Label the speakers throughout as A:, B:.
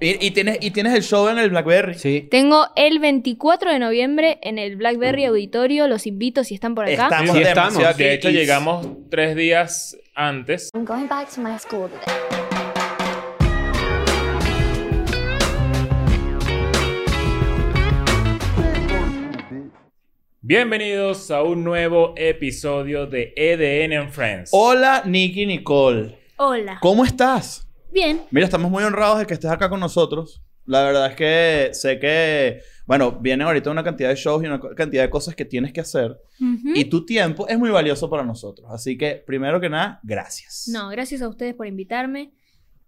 A: Y, y tienes, y tienes el show en el Blackberry.
B: Sí.
C: Tengo el 24 de noviembre en el Blackberry
A: Mm.
C: Auditorio. Los invito si están por acá.
A: Estamos
B: Sí,
A: demasiado
B: estamos.
D: De hecho,
A: geeks.
D: llegamos tres días antes.
E: I'm going back to my school today.
D: Bienvenidos a un nuevo episodio de EDN and Friends.
A: Hola, Nicky Nicole.
C: Hola.
A: ¿Cómo estás?
C: Bien.
A: Mira, estamos muy honrados de que estés acá con nosotros. La verdad es que sé que, bueno, vienen ahorita una cantidad de shows y una co- cantidad de cosas que tienes que hacer.
C: Ujú.
A: Y tu tiempo es muy valioso para nosotros. Así que, primero que nada, gracias.
C: No, gracias a ustedes por invitarme.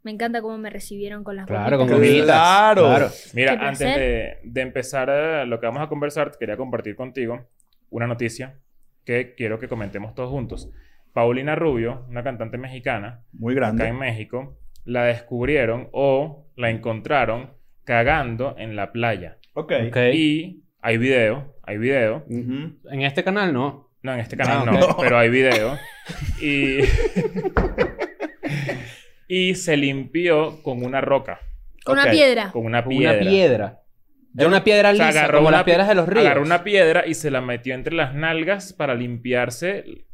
C: Me encanta cómo me recibieron con las
B: Claro, con
C: gomitas.
B: gomitas.
A: Claro.
D: Mira,
C: Qué
D: antes
C: placer.
D: de, de empezar eh, lo que vamos a conversar, quería compartir contigo una noticia que quiero que comentemos todos juntos. Paulina Rubio, una cantante mexicana,
A: Muy
D: acá en
A: grande.
D: México, la descubrieron o la encontraron cagando en la playa.
A: Ok.
B: Ok.
D: Y hay video, hay video.
A: Ujú.
B: En este canal no.
D: No, en este canal
B: Ah,
D: no,
A: ok.
D: pero hay video. Y... y se limpió con una roca,
C: Con
A: Ok.
C: una piedra.
D: con una
B: Con
D: piedra.
B: una piedra. Era
A: Yo-
B: una piedra
D: O sea,
B: lisa,
D: agarró
B: como
D: una
B: las
D: pi-
B: piedras de los ríos.
D: Agarró una piedra y se la metió entre las nalgas para limpiarse.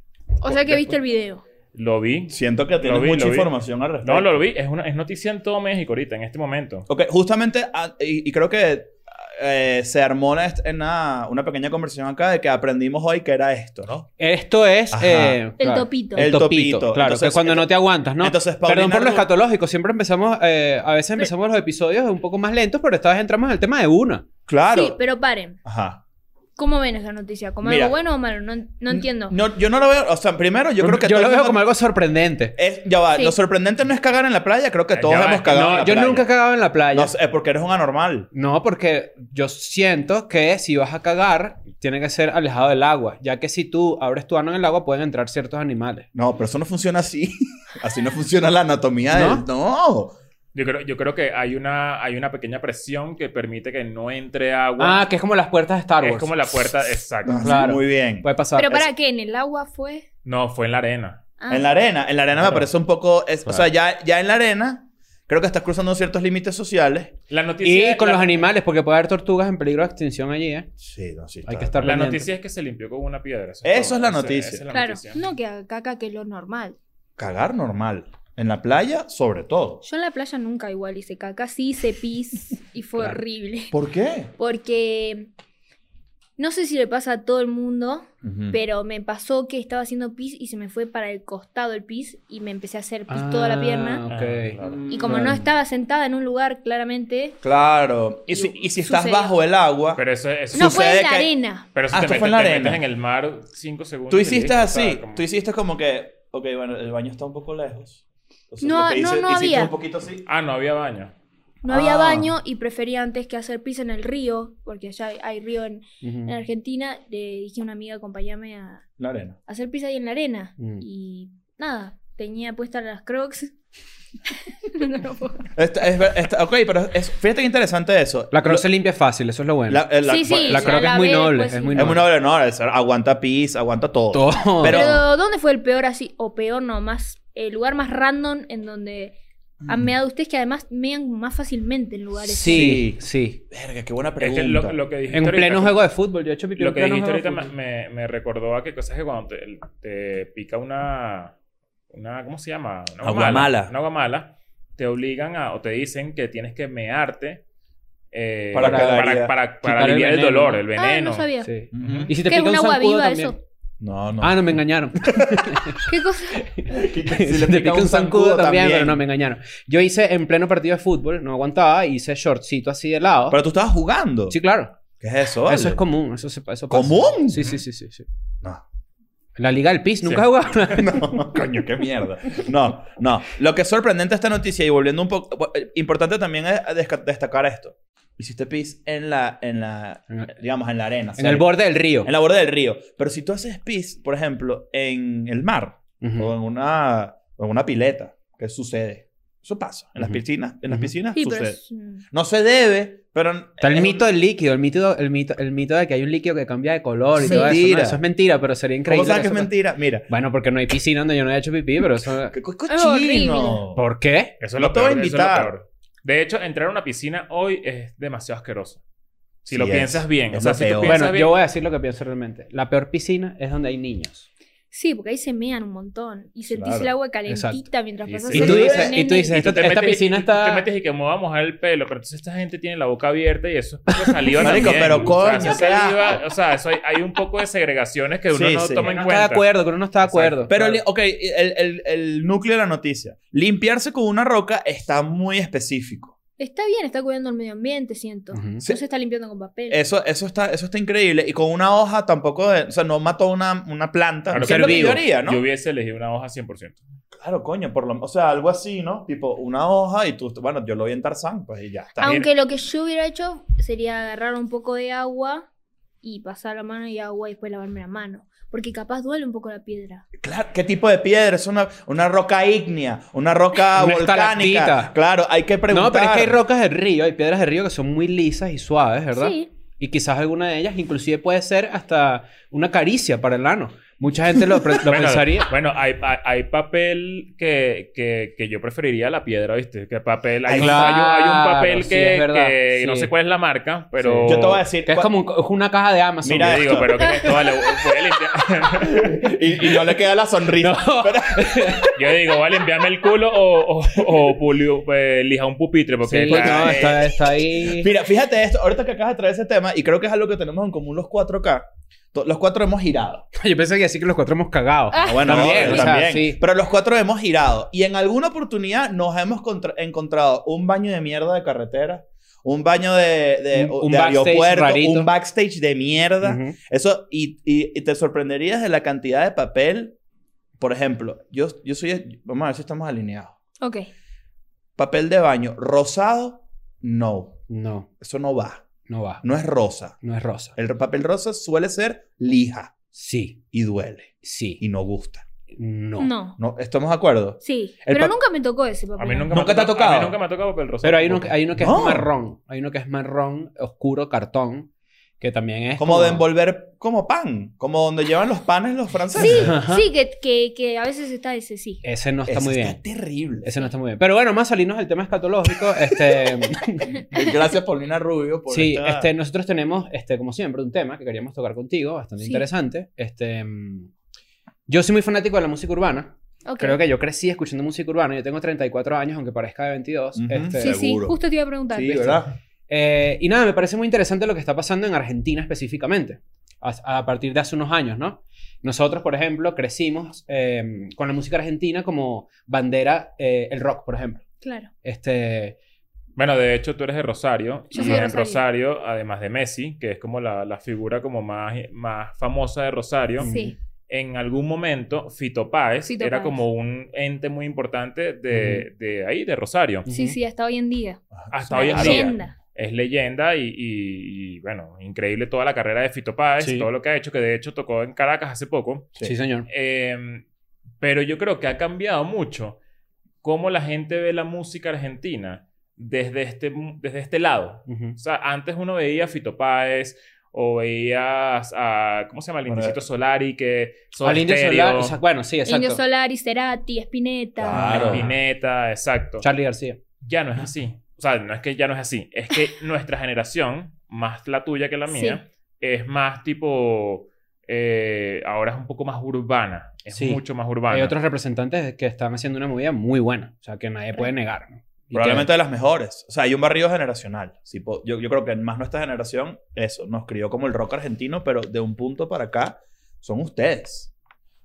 C: O sea que viste el video.
D: Lo vi.
A: Siento que tienes
D: vi,
A: mucha
D: lo vi.
A: información al respecto.
D: No, lo vi. Es, una, es noticia en todo México ahorita, en este momento.
A: Ok, justamente, ah, y, y creo que eh, se armó una, est- una, una pequeña conversación acá de que aprendimos hoy que era esto, ¿no?
B: Esto es...
A: Ajá.
B: eh,
C: El
B: claro.
C: topito.
A: El
B: El
A: topito.
B: topito. Claro,
A: Entonces,
B: que cuando
A: entonces-
B: no te aguantas, ¿no?
A: entonces, Paulina
B: Perdón por lo
A: Rubio-
B: escatológico. Siempre empezamos... eh, a veces empezamos los episodios un poco más lentos, pero esta vez entramos al tema de una.
A: Claro.
C: Sí, pero paren.
A: Ajá.
C: ¿Cómo ven esa noticia? ¿Como
A: Mira.
C: algo bueno o malo? No, no entiendo.
A: No, yo no lo veo. O sea, primero, yo creo que.
B: Yo
A: todo
B: lo
A: el
B: veo
A: mundo-
B: como algo sorprendente.
A: Es, ya va,
C: Sí.
A: lo sorprendente no es cagar en la playa, creo
B: Eh,
A: que
D: Ya
A: todos
D: va,
A: hemos
D: es que
A: cagado
D: no,
A: en la
B: yo
A: playa.
B: nunca he cagado en la playa.
A: No sé, eh, porque eres un anormal.
B: No, porque yo siento que si vas a cagar, tiene que ser alejado del agua, ya que si tú abres tu ano en el agua pueden entrar ciertos animales.
A: No, pero eso no funciona así. así no funciona la anatomía
B: ¿No?
A: del. No.
D: Yo creo, yo creo que hay una, hay una pequeña presión que permite que no entre agua.
B: Ah, que es como las puertas de Star Wars.
D: es como la puerta. Exacto.
A: Ah,
B: Claro. Pues,
A: Muy bien.
B: Puede pasar.
C: pero para qué, en el agua fue.
D: No, fue en la arena.
C: Ah.
A: En la arena, en la arena me
D: Claro.
A: parece un poco. es- O
D: Claro.
A: sea, ya, ya en la arena, creo que estás cruzando ciertos límites sociales.
D: La noticia,
B: Y con
D: la-
B: los animales, porque puede haber tortugas en peligro de extinción allí, ¿eh?
A: Sí, no, sí.
B: Hay
A: está-
B: que estar
D: La
B: pendiente.
D: noticia es que se limpió con una piedra.
A: Eso
D: todo.
A: es la
D: Esa-
A: noticia.
D: esa es la
C: Claro.
D: noticia.
C: No que haga caca, que es lo normal.
A: Cagar normal. En la playa, sobre todo.
C: Yo en la playa nunca igual hice caca. Sí hice pis y fue
B: Claro.
C: horrible.
A: ¿Por qué?
C: Porque no sé si le pasa a todo el mundo,
A: Mm.
C: pero me pasó que estaba haciendo pis y se me fue para el costado el pis y me empecé a hacer pis
B: Ah,
C: toda la pierna.
B: ok.
D: Ah, claro.
C: Y como no
B: claro.
C: estaba sentada en un lugar claramente,
A: Claro. Y si, y si estás
C: Sucedió.
A: bajo el agua.
D: Pero eso, eso
C: no
A: Sucede
C: fue en la
A: que-
C: arena.
D: Pero si
A: Ah,
D: te,
A: esto
D: metes,
A: fue en la
D: te
A: arena.
D: metes en el mar cinco segundos.
A: Tú
D: y
A: hiciste
D: listo, o sea,
A: así.
D: como-
A: Tú hiciste como que. Ok, bueno, el baño está un poco lejos. Entonces,
C: No,
A: lo que
C: no,
A: hice-
C: no
A: hiciste
C: había.
A: un poquito así.
D: Ah, no había baño.
C: No había
A: Ah.
C: baño y prefería antes que hacer pis en el río, porque allá hay, hay río en, en
B: Ujú.
C: Argentina. Le dije a una amiga, acompáñame a,
A: La arena.
C: hacer pis ahí en la arena.
B: Mm.
C: Y nada, tenía puestas las crocs. no lo puedo.
A: Esta- es ver- esta- ok, pero es- fíjate que interesante eso.
B: La croc se limpia fácil, eso es lo bueno.
A: La, eh, la-
C: sí, sí,
A: la
B: la
C: ya
B: croc es muy
C: ve
B: noble,
C: después,
B: es
C: pues, sí.
B: muy
A: es muy noble, no, es- aguanta pis, aguanta todo.
B: Todo.
A: Pero-
C: Pero... ¿dónde fue el peor así? O peor no, más el lugar más random en donde han meado ustedes que además mean más fácilmente en lugares.
B: Mm. sí,
A: Sí.
B: sí.
A: Verga, qué buena
D: Es
A: pregunta.
D: que Este, lo, lo que dijiste
B: En un
D: ahorita,
B: pleno
D: como-
B: juego de fútbol. Yo he hecho pipí en
D: Lo que
B: pleno
D: dijiste
B: juego de
D: ahorita me,
B: fútbol.
D: me- me recordó a que cosas que cuando te, te pica una, una. ¿Cómo se llama? Una
A: Aguamala.
D: Una aguamala. Te obligan a. O te dicen que tienes que mearte. eh,
A: Para
D: para,
A: cagar,
D: para,
A: ya.
D: para- para
B: Quitar el
D: aliviar el,
B: veneno.
D: dolor, el
C: Ah,
D: veneno.
C: no sabía.
B: Sí.
A: Ujú.
B: Y si te
C: ¿Qué es
B: pica
C: una
B: un
C: agua
B: zancudo
C: viva
B: también.
C: eso?
A: No, no.
B: Ah, no, me engañaron.
C: ¿Qué cosa?
A: Si le pica
B: Te pica
A: un
B: un
A: zancudo
B: zancudo también,
A: también.
B: pero no me engañaron. Yo hice en pleno partido de fútbol, no aguantaba, hice shortcito así de lado.
A: Pero tú estabas jugando.
B: Sí, claro.
A: ¿Qué es eso? vale?
B: Eso es común, eso, se, eso pasa.
A: ¿Común?
B: Sí, sí, sí, sí, sí.
A: No.
B: La Liga del PIS,
D: Sí.
B: nunca he jugado.
A: No, coño, qué mierda. No, no. Lo que es sorprendente esta noticia y volviendo un poco. eh, Importante también es desca- destacar esto. Hiciste pis en la, en la,
B: En el-
A: digamos, en la arena.
B: en el
A: borde.
B: borde del río.
A: En la borda del río. Pero si tú haces pis, por ejemplo, en el mar
B: Ujú.
A: o en una, o en una pileta, ¿qué sucede? Eso pasa. En las
B: Ujú.
A: piscinas, en las
B: Ujú.
A: piscinas
C: Sí, pero
A: sucede.
C: es, mm,
A: No se debe, pero...
B: Está el
A: es un-
B: mito del líquido, el mito, el, mito, el mito de que hay un líquido que cambia de color y todo eso.
A: Mentira.
B: ¿no? Eso es mentira, pero sería increíble.
A: ¿Cómo sabes que es
B: eso-
A: mentira? Mira.
B: Bueno, porque no hay piscina donde yo no he hecho pipí, pero eso.
A: ¡Qué co-
C: horrible.
A: cochino!
B: ¿Por qué?
D: Eso
A: No
D: es lo
A: te voy a
D: peor, eso es lo
A: invitar.
D: peor. De hecho, entrar a una piscina hoy es demasiado asqueroso. Si
A: Sí
D: lo
A: es.
D: piensas bien.
A: Es
D: o sea,
A: lo
D: si tú
A: peor.
D: piensas
B: Bueno,
D: bien-
B: yo voy a decir lo que pienso realmente. La peor piscina es donde hay niños.
C: Sí, porque ahí se mean un montón. Y sentís
A: Claro,
C: el agua calentita mientras
D: Y
C: pasas
D: sí.
C: el
D: Y tú
C: dedo,
B: dices-
C: nene.
B: y tú dices-
D: Y tú te
B: Esta
D: metes y-
B: piscina
D: y-
B: está-
D: Te metes y que me voy a mojar el pelo, pero entonces esta gente tiene la boca abierta y eso es porque saliva
A: Marico,
D: también.
A: pero
D: O sea,
A: coño,
D: eso
A: qué
D: saliva-
A: asco.
D: o sea, eso hay, hay un poco de segregaciones que uno
A: Sí,
D: no
A: sí.
D: toma en
B: No
D: cuenta.
B: está de acuerdo, que uno no está de
D: Exacto.
B: acuerdo.
A: Pero,
D: Claro.
A: li- ok, el, el- el núcleo de la noticia. Limpiarse con una roca está muy específico.
C: Está bien, está cuidando el medio ambiente, siento.
B: Ujú.
C: No
A: Sí. Eh,
C: se está limpiando con papel.
A: Eso, eso, está, eso está increíble. Y con una hoja tampoco... de- o sea, no mató una, una planta.
D: Claro,
A: Que es
D: ser
A: lo que
D: vivo.
A: yo haría, ¿no?
D: Yo hubiese elegido una hoja 100%.
A: Claro, coño. Por lo, o sea, algo así, ¿no? Tipo, una hoja y tú... Bueno, yo lo vi en Tarzán, pues y ya está.
D: Ah,
C: Aunque lo que yo hubiera hecho sería agarrar un poco de agua y pasar la mano y agua y después lavarme la mano. Porque capaz duele un poco la piedra.
A: Claro, ¿qué tipo de piedra? Es una, una roca ígnea, una roca
B: Una
A: volcánica.
B: estalactita.
A: Claro, hay que preguntar.
B: No, pero es que hay rocas de río, hay piedras de río que son muy lisas y suaves, ¿verdad?
C: Sí.
B: Y quizás alguna de ellas inclusive puede ser hasta una caricia para el ano. Mucha gente lo, pre- lo
D: bueno,
B: pensaría.
D: Bueno, hay, hay, hay papel que, que, que yo preferiría la piedra, ¿viste? Que papel. Hay,
A: Claro,
D: hay un- hay un papel
B: sí,
D: que,
B: es verdad,
D: que no
B: sí.
D: sé cuál es la marca, pero.
B: Sí.
A: Yo te voy a decir...
B: Que es
A: cua-
B: como un- es una caja de Amazon.
A: Mira,
D: Yo digo, pero que esto vale, voy a limpiar.
A: y, y no le queda la sonrisa. Pero-
D: Yo digo, voy a limpiarme el culo o, o, o puliu- eh, lija un pupitre, porque
B: Sí,
D: está-
B: no,
D: eh,
B: está, está ahí.
A: Mira, fíjate esto, ahorita que acabas de traer ese tema, y creo que es algo que tenemos en común los cuatro acá. to- Los cuatro hemos girado.
B: Yo pensé que así que los cuatro hemos cagado.
A: Ah, bueno,
B: También,
A: obvio,
B: o sea,
A: también.
B: sí.
A: Pero los cuatro hemos girado. Y en alguna oportunidad nos hemos contra- encontrado un baño de mierda de carretera, un baño de, de-
B: Un- un
A: de
B: backstage
A: aeropuerto,
B: rarito.
A: un backstage de mierda.
B: Ujú.
A: Eso, y, y- y te sorprenderías de la cantidad de papel. Por ejemplo, yo, yo soy. Vamos a ver si estamos alineados.
C: Ok.
A: Papel de baño rosado, no.
B: No,
A: Eso no va.
B: no va.
A: No es rosa.
B: No es rosa.
A: El papel rosa suele ser lija
B: Sí,
A: y duele
B: sí,
A: y no gusta.
B: no.
C: No.
A: ¿No? ¿Estamos de acuerdo?
C: Sí.
A: El
C: Pero
A: pa-
C: nunca me tocó ese papel.
D: A mí nunca,
A: ¿Nunca
D: me
A: te ha tocado?
D: A mí nunca me ha tocado papel rosado.
B: Pero hay uno, que- hay uno que
A: No.
B: es marrón. Hay uno que es marrón, oscuro, cartón. Que también es.
A: Como de envolver como pan, como donde llevan los panes los franceses.
C: Sí,
B: Ajá. Eh,
C: sí, que, que, que a veces está ese sí.
B: Ese no está
A: Eso
B: muy bien.
A: Está terrible.
B: Ese no está muy bien. Pero bueno, más salirnos del tema escatológico. Este,
A: Gracias Paulina Rubio por
B: sí,
A: esta-
B: este, nosotros tenemos, este, como siempre, un tema que queríamos tocar contigo, bastante
C: Sí.
B: interesante. Este, mm, yo soy muy fanático de la música urbana.
C: Ok.
B: Creo que yo crecí escuchando música urbana. Yo tengo 34 años, aunque parezca de 22.
A: Ujú.
B: este,
C: Sí,
A: Seguro.
C: sí, justo te iba a preguntar.
A: Sí, ¿verdad?
B: Eh, y nada, me parece muy interesante lo que está pasando en Argentina específicamente, a, a partir de hace unos años, ¿no? Nosotros, por ejemplo, crecimos eh, con la música argentina como bandera, eh, el rock, por ejemplo.
C: Claro.
B: Este,
D: Bueno, de hecho, tú eres de Rosario.
C: Yo
D: y
C: soy de
D: en
C: Rosario.
D: Rosario, además de Messi, que es como la, la figura como más, más famosa de Rosario,
C: Sí.
D: en algún momento Fito Páez
C: Fito
D: era
C: Páez.
D: como un ente muy importante de, de ahí, de Rosario.
C: Sí, sí, hasta hoy en día.
B: Ah,
D: Hasta
C: Una
D: hoy en día.
C: leyenda.
D: Es leyenda y, y- y, bueno, increíble toda la carrera de Fito Páez,
B: Sí.
D: todo lo que ha hecho, que de hecho tocó en Caracas hace poco.
B: sí, señor.
D: Eh, pero yo creo que ha cambiado mucho cómo la gente ve la música argentina desde este, mu- desde este lado.
B: Ujú.
D: O sea, antes uno veía a Fito Páez o veías a... ¿Cómo se llama? El
A: Bueno,
D: Indicito Solari que... Soda
B: Al Indio
D: Stereo,
B: Solar, o sea, bueno, sí, exacto.
C: Indio Solari, Cerati, Spinetta.
D: Ah,
A: Claro.
D: Spinetta, exacto.
B: Charlie García.
D: Ya no es así. O sea, no es que ya no es así. Es que nuestra generación, más la tuya que la mía, es más tipo... eh, ahora es un poco más urbana. Es
B: Sí.
D: mucho más urbana.
B: Hay otros representantes que están haciendo una movida muy buena, o sea, que nadie puede negar. ¿no? Y que-
A: Probablemente de las mejores. O sea, hay un barrio generacional. Sí, po- yo, yo creo que más nuestra generación, eso, nos crió como el rock argentino, pero de un punto para acá son ustedes.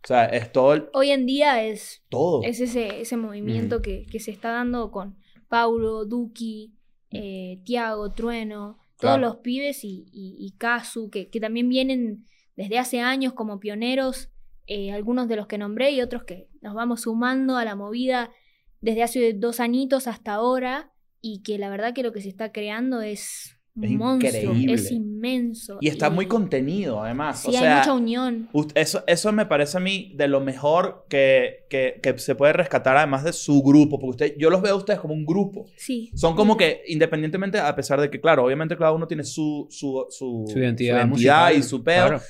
A: O sea, es todo. el-
C: Hoy en día es
A: todo.
C: Es ese, ese movimiento
B: Ujú.
C: que, que se está dando con Paulo, Duki, eh, Tiago, Trueno,
A: Claro.
C: todos los pibes y, y, y Kazu, que, que también vienen desde hace años como pioneros, eh, algunos de los que nombré y otros que nos vamos sumando a la movida desde hace dos añitos hasta ahora y que la verdad que lo que se está creando es un
A: Es
C: monstruo,
A: increíble.
C: es inmenso.
A: y está muy contenido, además.
C: Sí,
A: o
C: hay
A: sea,
C: mucha unión.
A: Ust- Eso, eso me parece a mí de lo mejor que, que- que se puede rescatar además de su grupo, porque usted, yo los veo a ustedes como un grupo.
C: Sí.
A: Son como que independientemente, a pesar de que, claro, obviamente cada uno tiene su, su, su,
B: su identidad,
A: identidad
B: musical,
A: y su peor.
B: claro.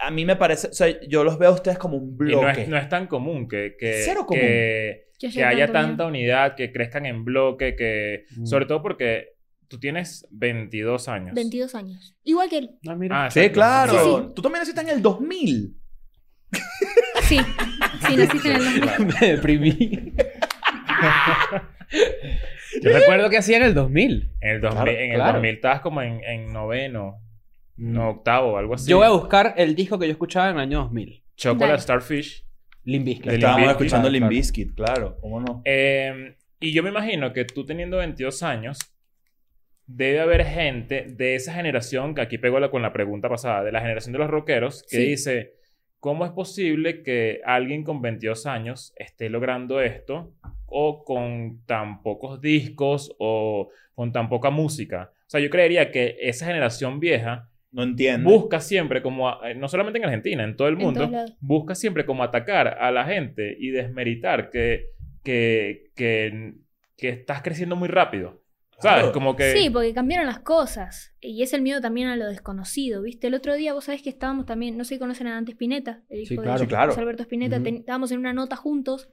A: A mí me parece, o sea, yo los veo a ustedes como un
D: Y
A: bloque.
D: no es, no es tan común que, que,
A: Cero
D: que
C: Yo
D: que
C: soy
D: haya
C: tanto
D: tanta unidad, que crezcan en bloque, que...
B: Mm.
D: Sobre todo porque tú tienes 22 años.
C: mío. 22 años. Igual que él.
B: Ah, mira.
D: Ah,
A: Sí,
D: exacto.
A: claro.
C: Sí, sí.
A: Tú también naciste en el 2000.
C: Sí. Sí, naciste en el 2000.
B: Me deprimí. Yo recuerdo que hacía en el 2000.
D: En el 2000,
A: Claro,
D: en el
B: claro. Mm.
D: 2000 estabas como en, en noveno, no, octavo, algo así.
B: Yo voy a buscar el disco que yo escuchaba en el año 2000.
D: Chocolate
C: Dale.
D: Starfish.
B: Limbisky.
D: Del
A: Estábamos
D: Limp Bizkit,
A: escuchando
D: claro,
A: Limp
D: claro.
A: Bizkit, claro. ¿Cómo no?
D: Eh, y yo me imagino que tú teniendo 22 años, debe haber gente de esa generación, que aquí pego la- con la pregunta pasada, de la generación de los rockeros, que
C: Sí.
D: dice, ¿cómo es posible que alguien con 22 años esté logrando esto o con tan pocos discos o con tan poca música? O sea, yo creería que esa generación vieja
A: No entiendo.
D: busca siempre, como a- eh, no solamente en Argentina, en todo el
C: En
D: mundo,
C: todos lados.
D: busca siempre como atacar a la gente y desmeritar que, que, que, que estás creciendo muy rápido. ¿Sabes?
A: Claro.
D: Como que...
C: Sí, porque cambiaron las cosas. Y es el miedo también a lo desconocido, ¿viste? El otro día, vos sabés que estábamos también, no sé si conocen a Dante Spinetta, el hijo
B: Sí,
C: de
B: claro.
A: Sí, claro.
C: José Alberto Spinetta,
B: Ujú.
C: ten- estábamos en una nota juntos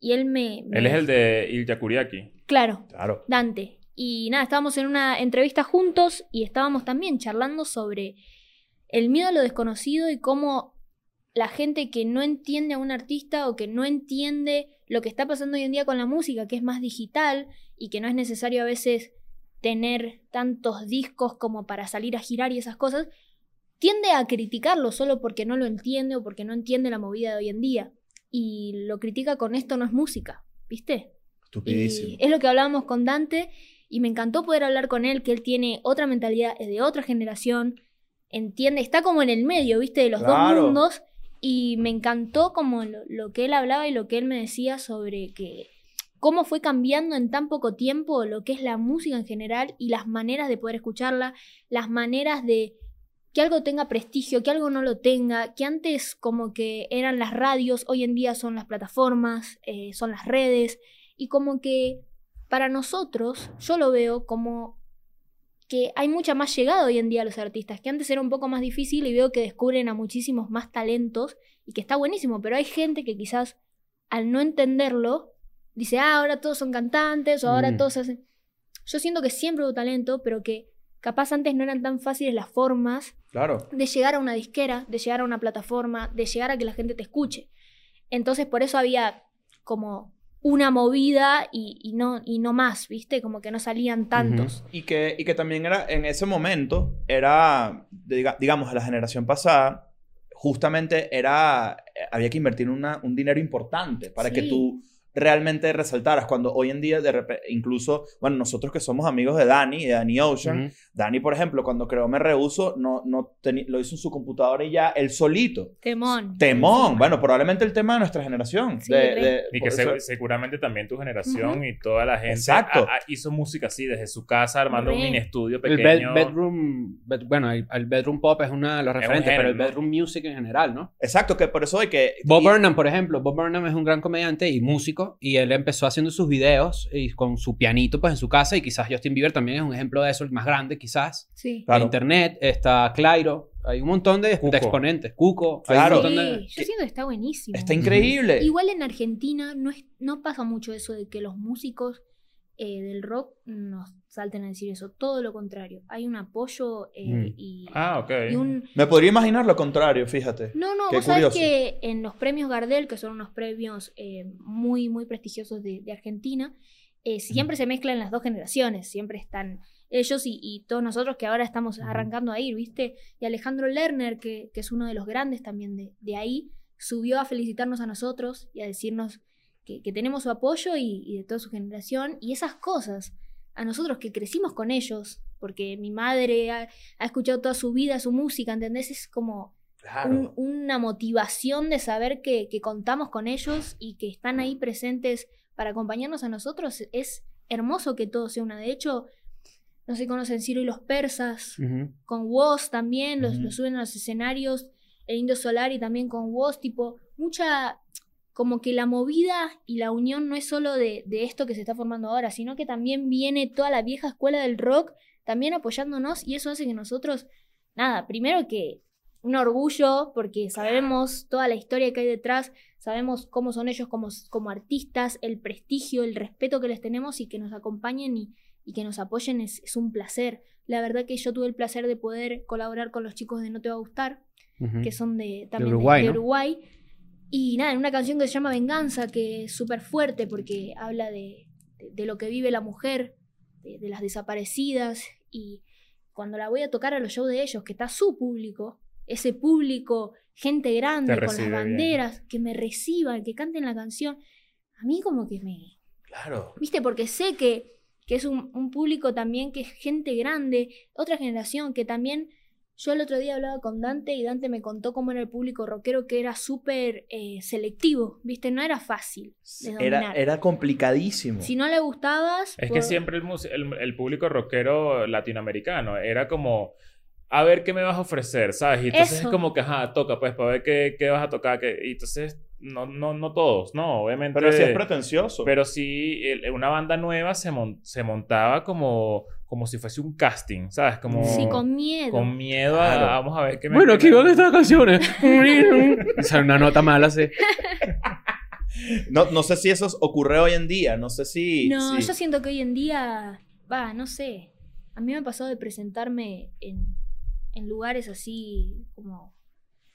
C: y él me... me-
D: Él es el de Il Yakuriaki.
C: Claro,
A: Claro.
C: Dante. Y nada, estábamos en una entrevista juntos y estábamos también charlando sobre el miedo a lo desconocido y cómo la gente que no entiende a un artista o que no entiende lo que está pasando hoy en día con la música, que es más digital y que no es necesario a veces tener tantos discos como para salir a girar y esas cosas, tiende a criticarlo solo porque no lo entiende o porque no entiende la movida de hoy en día. Y lo critica con esto no es música, ¿viste?
A: Estupidísimo.
C: Y eh, es lo que hablábamos con Dante y me encantó poder hablar con él, que él tiene otra mentalidad, es de otra generación, entiende, está como en el medio, viste, de los
A: Claro.
C: dos mundos y me encantó como lo, lo que él hablaba y lo que él me decía sobre que cómo fue cambiando en tan poco tiempo lo que es la música en general y las maneras de poder escucharla, las maneras de que algo tenga prestigio, que algo no lo tenga, que antes como que eran las radios, hoy en día son las plataformas, eh, son las redes, y como que para nosotros yo lo veo como que hay mucha más llegada hoy en día a los artistas, que antes era un poco más difícil y veo que descubren a muchísimos más talentos y que está buenísimo, pero hay gente que quizás al no entenderlo dice, ah, ahora todos son cantantes o ahora
B: Mm.
C: todos hacen... Yo siento que siempre hubo talento, pero que capaz antes no eran tan fáciles las formas
A: Claro.
C: de llegar a una disquera, de llegar a una plataforma, de llegar a que la gente te escuche. Entonces por eso había como una movida y, y no, y no más, ¿viste? Como que no salían tantos.
A: Y que, y que también era, en ese momento, era, diga- digamos, la generación pasada, justamente era, eh, había que invertir una- un dinero importante para que
C: Sí.
A: tú realmente resaltaras. Cuando hoy en día, de repe- incluso, bueno, nosotros que somos amigos de Dani, de Dani Ocean,
B: Ujú.
A: Dani, por ejemplo, cuando creó Me Rehuso, no, no teni- lo hizo en su computadora y ya él solito.
C: Temón.
A: Temón, bueno, probablemente el tema de nuestra generación.
C: Sí,
A: de-
C: re.
A: de-
D: Y
A: por
D: que se-
A: eso-
D: seguramente también tu generación
C: Ujú.
D: y toda la gente
A: Exacto.
D: a- a- hizo música así desde su casa, armando un
C: Re.
D: mini estudio
B: El bed-
D: pequeño.
B: bedroom, bed- bueno, el, el bedroom pop es una de los
D: un
B: referentes, pero el
D: género, ¿no?
B: bedroom music en general, ¿no?
A: Exacto, que por eso hay que...
B: Bob
A: y-
B: Burnham, por ejemplo, Bob Burnham es un gran comediante y músico y él empezó haciendo sus videos y con su pianito pues en su casa y quizás Justin Bieber también es un ejemplo de eso, el más grande quizás.
C: Sí.
A: Claro.
B: En internet está Clairo, hay un montón de, de
D: Cuco.
B: exponentes, Cuco,
A: Claro.
B: hay un
C: Sí,
B: montón de...
C: yo siento que está buenísimo.
A: Está increíble.
C: Igual en Argentina no, es, no pasa mucho eso de que los músicos eh, del rock nos salten a decir eso. Todo lo contrario. Hay un apoyo eh,
B: Mm.
C: y,
D: Ah, ok.
C: y un,
A: Me podría imaginar lo contrario, fíjate.
C: No, no,
A: Qué
C: vos sabés
A: curioso.
C: que en los premios Gardel, que son unos premios eh, muy, muy prestigiosos de, de Argentina, eh, siempre se mezclan las dos generaciones, siempre están ellos y, y todos nosotros que ahora estamos arrancando a ir, ¿viste? Y Alejandro Lerner, que, que es uno de los grandes también de, de ahí, subió a felicitarnos a nosotros y a decirnos que, que tenemos su apoyo y, y de toda su generación y esas cosas. A nosotros que crecimos con ellos, porque mi madre ha, ha escuchado toda su vida su música, ¿entendés? Es como un- una motivación de saber que, que contamos con ellos y que están ahí presentes para acompañarnos a nosotros. Es hermoso que todo se una. De hecho, no se conocen Ciro y los persas,
B: Ujú.
C: con Woz también, los,
A: Ujú.
C: los suben a los escenarios, el Indio Solari también con Woz, tipo, mucha, como que la movida y la unión no es solo de, de esto que se está formando ahora, sino que también viene toda la vieja escuela del rock también apoyándonos y eso hace que nosotros, nada, primero que un orgullo porque sabemos toda la historia que hay detrás, sabemos cómo son ellos como, como artistas, el prestigio, el respeto que les tenemos y que nos acompañen y, y que nos apoyen es, es un placer. La verdad que yo tuve el placer de poder colaborar con los chicos de No Te Va a Gustar,
B: Ujú.
C: que son de, también de-
B: Mm. Uruguay,
C: de,
B: ¿no?
C: Uruguay. Y nada, en una canción que se llama Venganza, que es súper fuerte porque habla de, de- de lo que vive la mujer, de, de las desaparecidas. Y cuando la voy a tocar a los shows de ellos, que está su público, ese público, gente grande,
D: Te
C: con las
D: recibe bien.
C: banderas, que me reciban, que canten la canción, a mí como que me,
A: Claro.
C: ¿Viste? Porque sé que, que es un, un público también que es gente grande, otra generación que también. Yo el otro día hablaba con Dante y Dante me contó cómo era el público rockero, que era súper eh, selectivo, ¿viste? No era fácil de
A: Era,
C: dominar.
A: era complicadísimo.
C: Si no le gustabas.
D: Es
C: por-
D: que siempre el, mus- el- el público rockero latinoamericano era como, a ver qué me vas a ofrecer, ¿sabes? Y entonces
C: Eso.
D: es como que, ajá, toca, pues, para ver qué, qué vas a tocar. qué- Y entonces, no, no, no todos, no, obviamente.
A: Pero sí es pretencioso.
D: Pero sí, el- una banda nueva se, mon- se montaba como, como si fuese un casting, ¿sabes? Como,
C: Sí, con miedo.
D: con miedo a,
A: Claro.
D: vamos a ver qué me
B: Bueno,
D: qué
B: aquí
D: me-
B: van estas canciones. Y sale una nota mala así.
A: No, no sé si eso ocurre hoy en día. No sé si.
C: No,
A: si-
C: yo siento que hoy en día, va, no sé. A mí me ha pasado de presentarme en, en lugares así como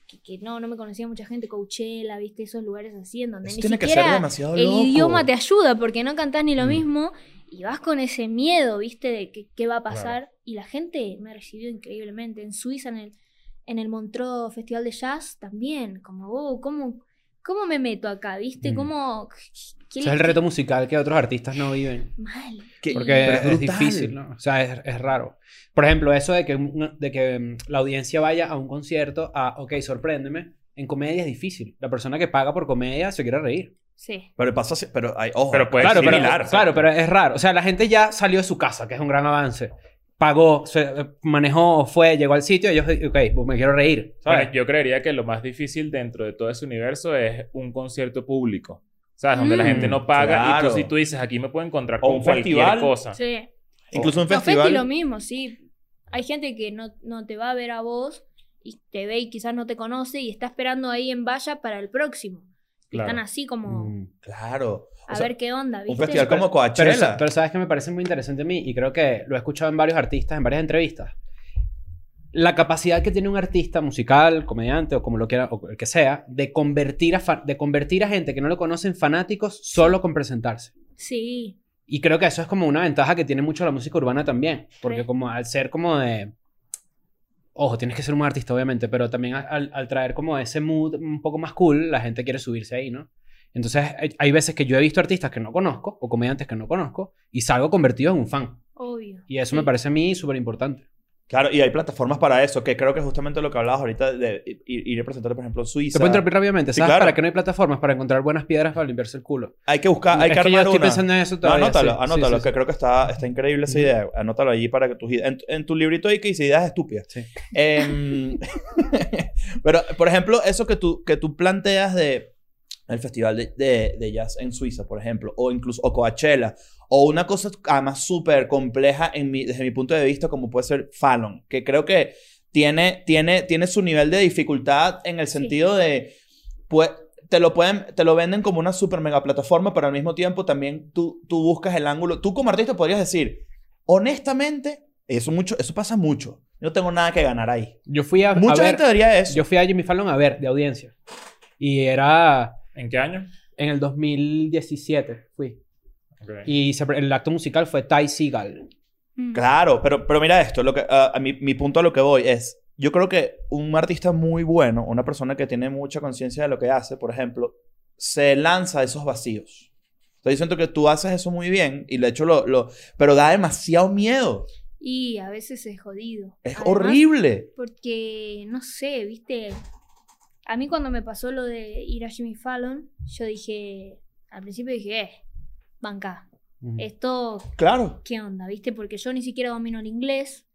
C: que, que no, no me conocía mucha gente, Coachella, viste, esos lugares así en donde
A: Eso
C: ni
A: tiene que ser
C: siquiera
A: demasiado
C: el
A: loco.
C: idioma te ayuda porque no cantás ni lo
A: Mm.
C: mismo y vas con ese miedo, viste, de que- qué va a pasar. Y la gente me recibió increíblemente. En Suiza, en el, en el Montreux Festival de Jazz, también, como, wow, ¿cómo, cómo me meto acá, viste?
B: Mm.
C: ¿Cómo, qué
B: Ese es el
C: le-
B: reto musical que otros artistas no viven.
C: Mal.
A: Que-
B: Porque
A: pero
B: es,
A: brutal.
B: difícil, ¿no? O sea, es, es raro. Por ejemplo, eso de que, un- de que mm, la audiencia vaya a un concierto a, ok, sorpréndeme, en comedia es difícil. La persona que paga por comedia se quiere reír.
C: Sí.
A: Pero pasa. si- Pero hay. Ojo.
D: Pero puede
B: claro, pero,
A: similar.
B: claro, pero es raro. O sea, la gente ya salió de su casa, que es un gran avance. Pagó, se eh, manejó, fue, llegó al sitio y ellos, ok, pues me quiero reír. ¿sabes?
D: Bueno, yo creería que lo más difícil dentro de todo ese universo es un concierto público. ¿Sabes? Donde la
C: Mm,
D: gente no paga y
A: claro.
D: tú, si tú dices, aquí me puedo encontrar
A: O
D: con
A: un
D: cualquier
A: festival.
D: cosa.
C: Sí.
A: Incluso Ah. un
C: Los festis
A: festival.
C: lo mismo, sí. Hay gente que no, no te va a ver a vos y te ve y quizás no te conoce y está esperando ahí en valla para el próximo. Y
D: Claro.
C: Están así como
B: Mm.
A: Claro.
C: a
A: O sea,
C: ver qué onda, ¿viste?
A: Un festival como
B: Pero,
A: Coachella.
B: sa- pero sabes que me parece muy interesante a mí y creo que lo he escuchado en varios artistas, en varias entrevistas. La capacidad que tiene un artista musical, comediante o como lo quiera, o el que sea, de convertir a, fa- de convertir a gente que no lo conoce en fanáticos solo con presentarse.
C: Sí,
B: Y creo que eso es como una ventaja que tiene mucho la música urbana también. Porque
C: Re.
B: como al ser como de... Ojo, tienes que ser un artista obviamente, pero también a- al, al traer como ese mood un poco más cool, la gente quiere subirse ahí, ¿no? Entonces hay, hay veces que yo he visto artistas que no conozco o comediantes que no conozco y salgo convertido en un fan.
C: obvio.
B: Y eso
C: Sí.
B: me parece a mí súper importante.
A: Claro, y hay plataformas para eso, que creo que es justamente lo que hablabas ahorita de i- ir, ir a presentar, por ejemplo,
B: Te
A: Suiza.
B: puedo interrumpir rápidamente,
A: Sí,
B: ¿sabes?
A: claro.
B: Para que no hay plataformas para encontrar buenas piedras para limpiarse el culo.
A: Hay que buscar, hay
B: es
A: que
B: que yo
A: armar
B: estoy
A: una.
B: pensando en eso
A: No,
B: todavía.
A: anótalo,
B: sí, sí,
A: anótalo,
B: sí,
A: que
B: sí.
A: creo que está, está increíble esa
B: Ujú.
A: idea. Anótalo allí para que tus ideas. En, en tu librito ahí que dice ideas estúpidas.
B: Sí.
A: Em, pero, por ejemplo, eso que tú, que tú planteas de el festival de, de- de jazz en Suiza, por ejemplo, o incluso o Coachella, o una cosa además súper compleja en mi- desde mi punto de vista, como puede ser Fallon, que creo que tiene, tiene, tiene su nivel de dificultad en el
C: Sí.
A: sentido de. Pues, te lo pueden, te lo venden como una super mega plataforma, pero al mismo tiempo también tú, tú buscas el ángulo. Tú como artista podrías decir, honestamente, eso mucho, eso pasa mucho. Yo no tengo nada que ganar ahí.
B: Yo fui a, a
A: Mucha
B: ver-
A: gente diría eso.
B: yo fui a Jimmy Fallon a ver de audiencia. Y era...
D: ¿En qué año?
B: En el 2017 fui.
D: Ok.
B: Y se pre- el acto musical fue Ty Seagal.
C: Mm.
A: Claro, pero, pero mira esto, lo que, a- a mi, mi punto a lo que voy es, yo creo que un artista muy bueno, una persona que tiene mucha conciencia de lo que hace, por ejemplo, se lanza a esos vacíos. O sea, yo siento que tú haces eso muy bien y de hecho lo, lo... Pero da demasiado miedo.
C: Y a veces es jodido.
A: Es
C: Además,
A: horrible.
C: Porque, no sé, viste. A mí cuando me pasó lo de ir a Jimmy Fallon, yo dije, al principio dije, eh, banca,
A: Mm.
C: esto
A: Claro.
C: qué onda, ¿viste? Porque yo ni siquiera domino el inglés,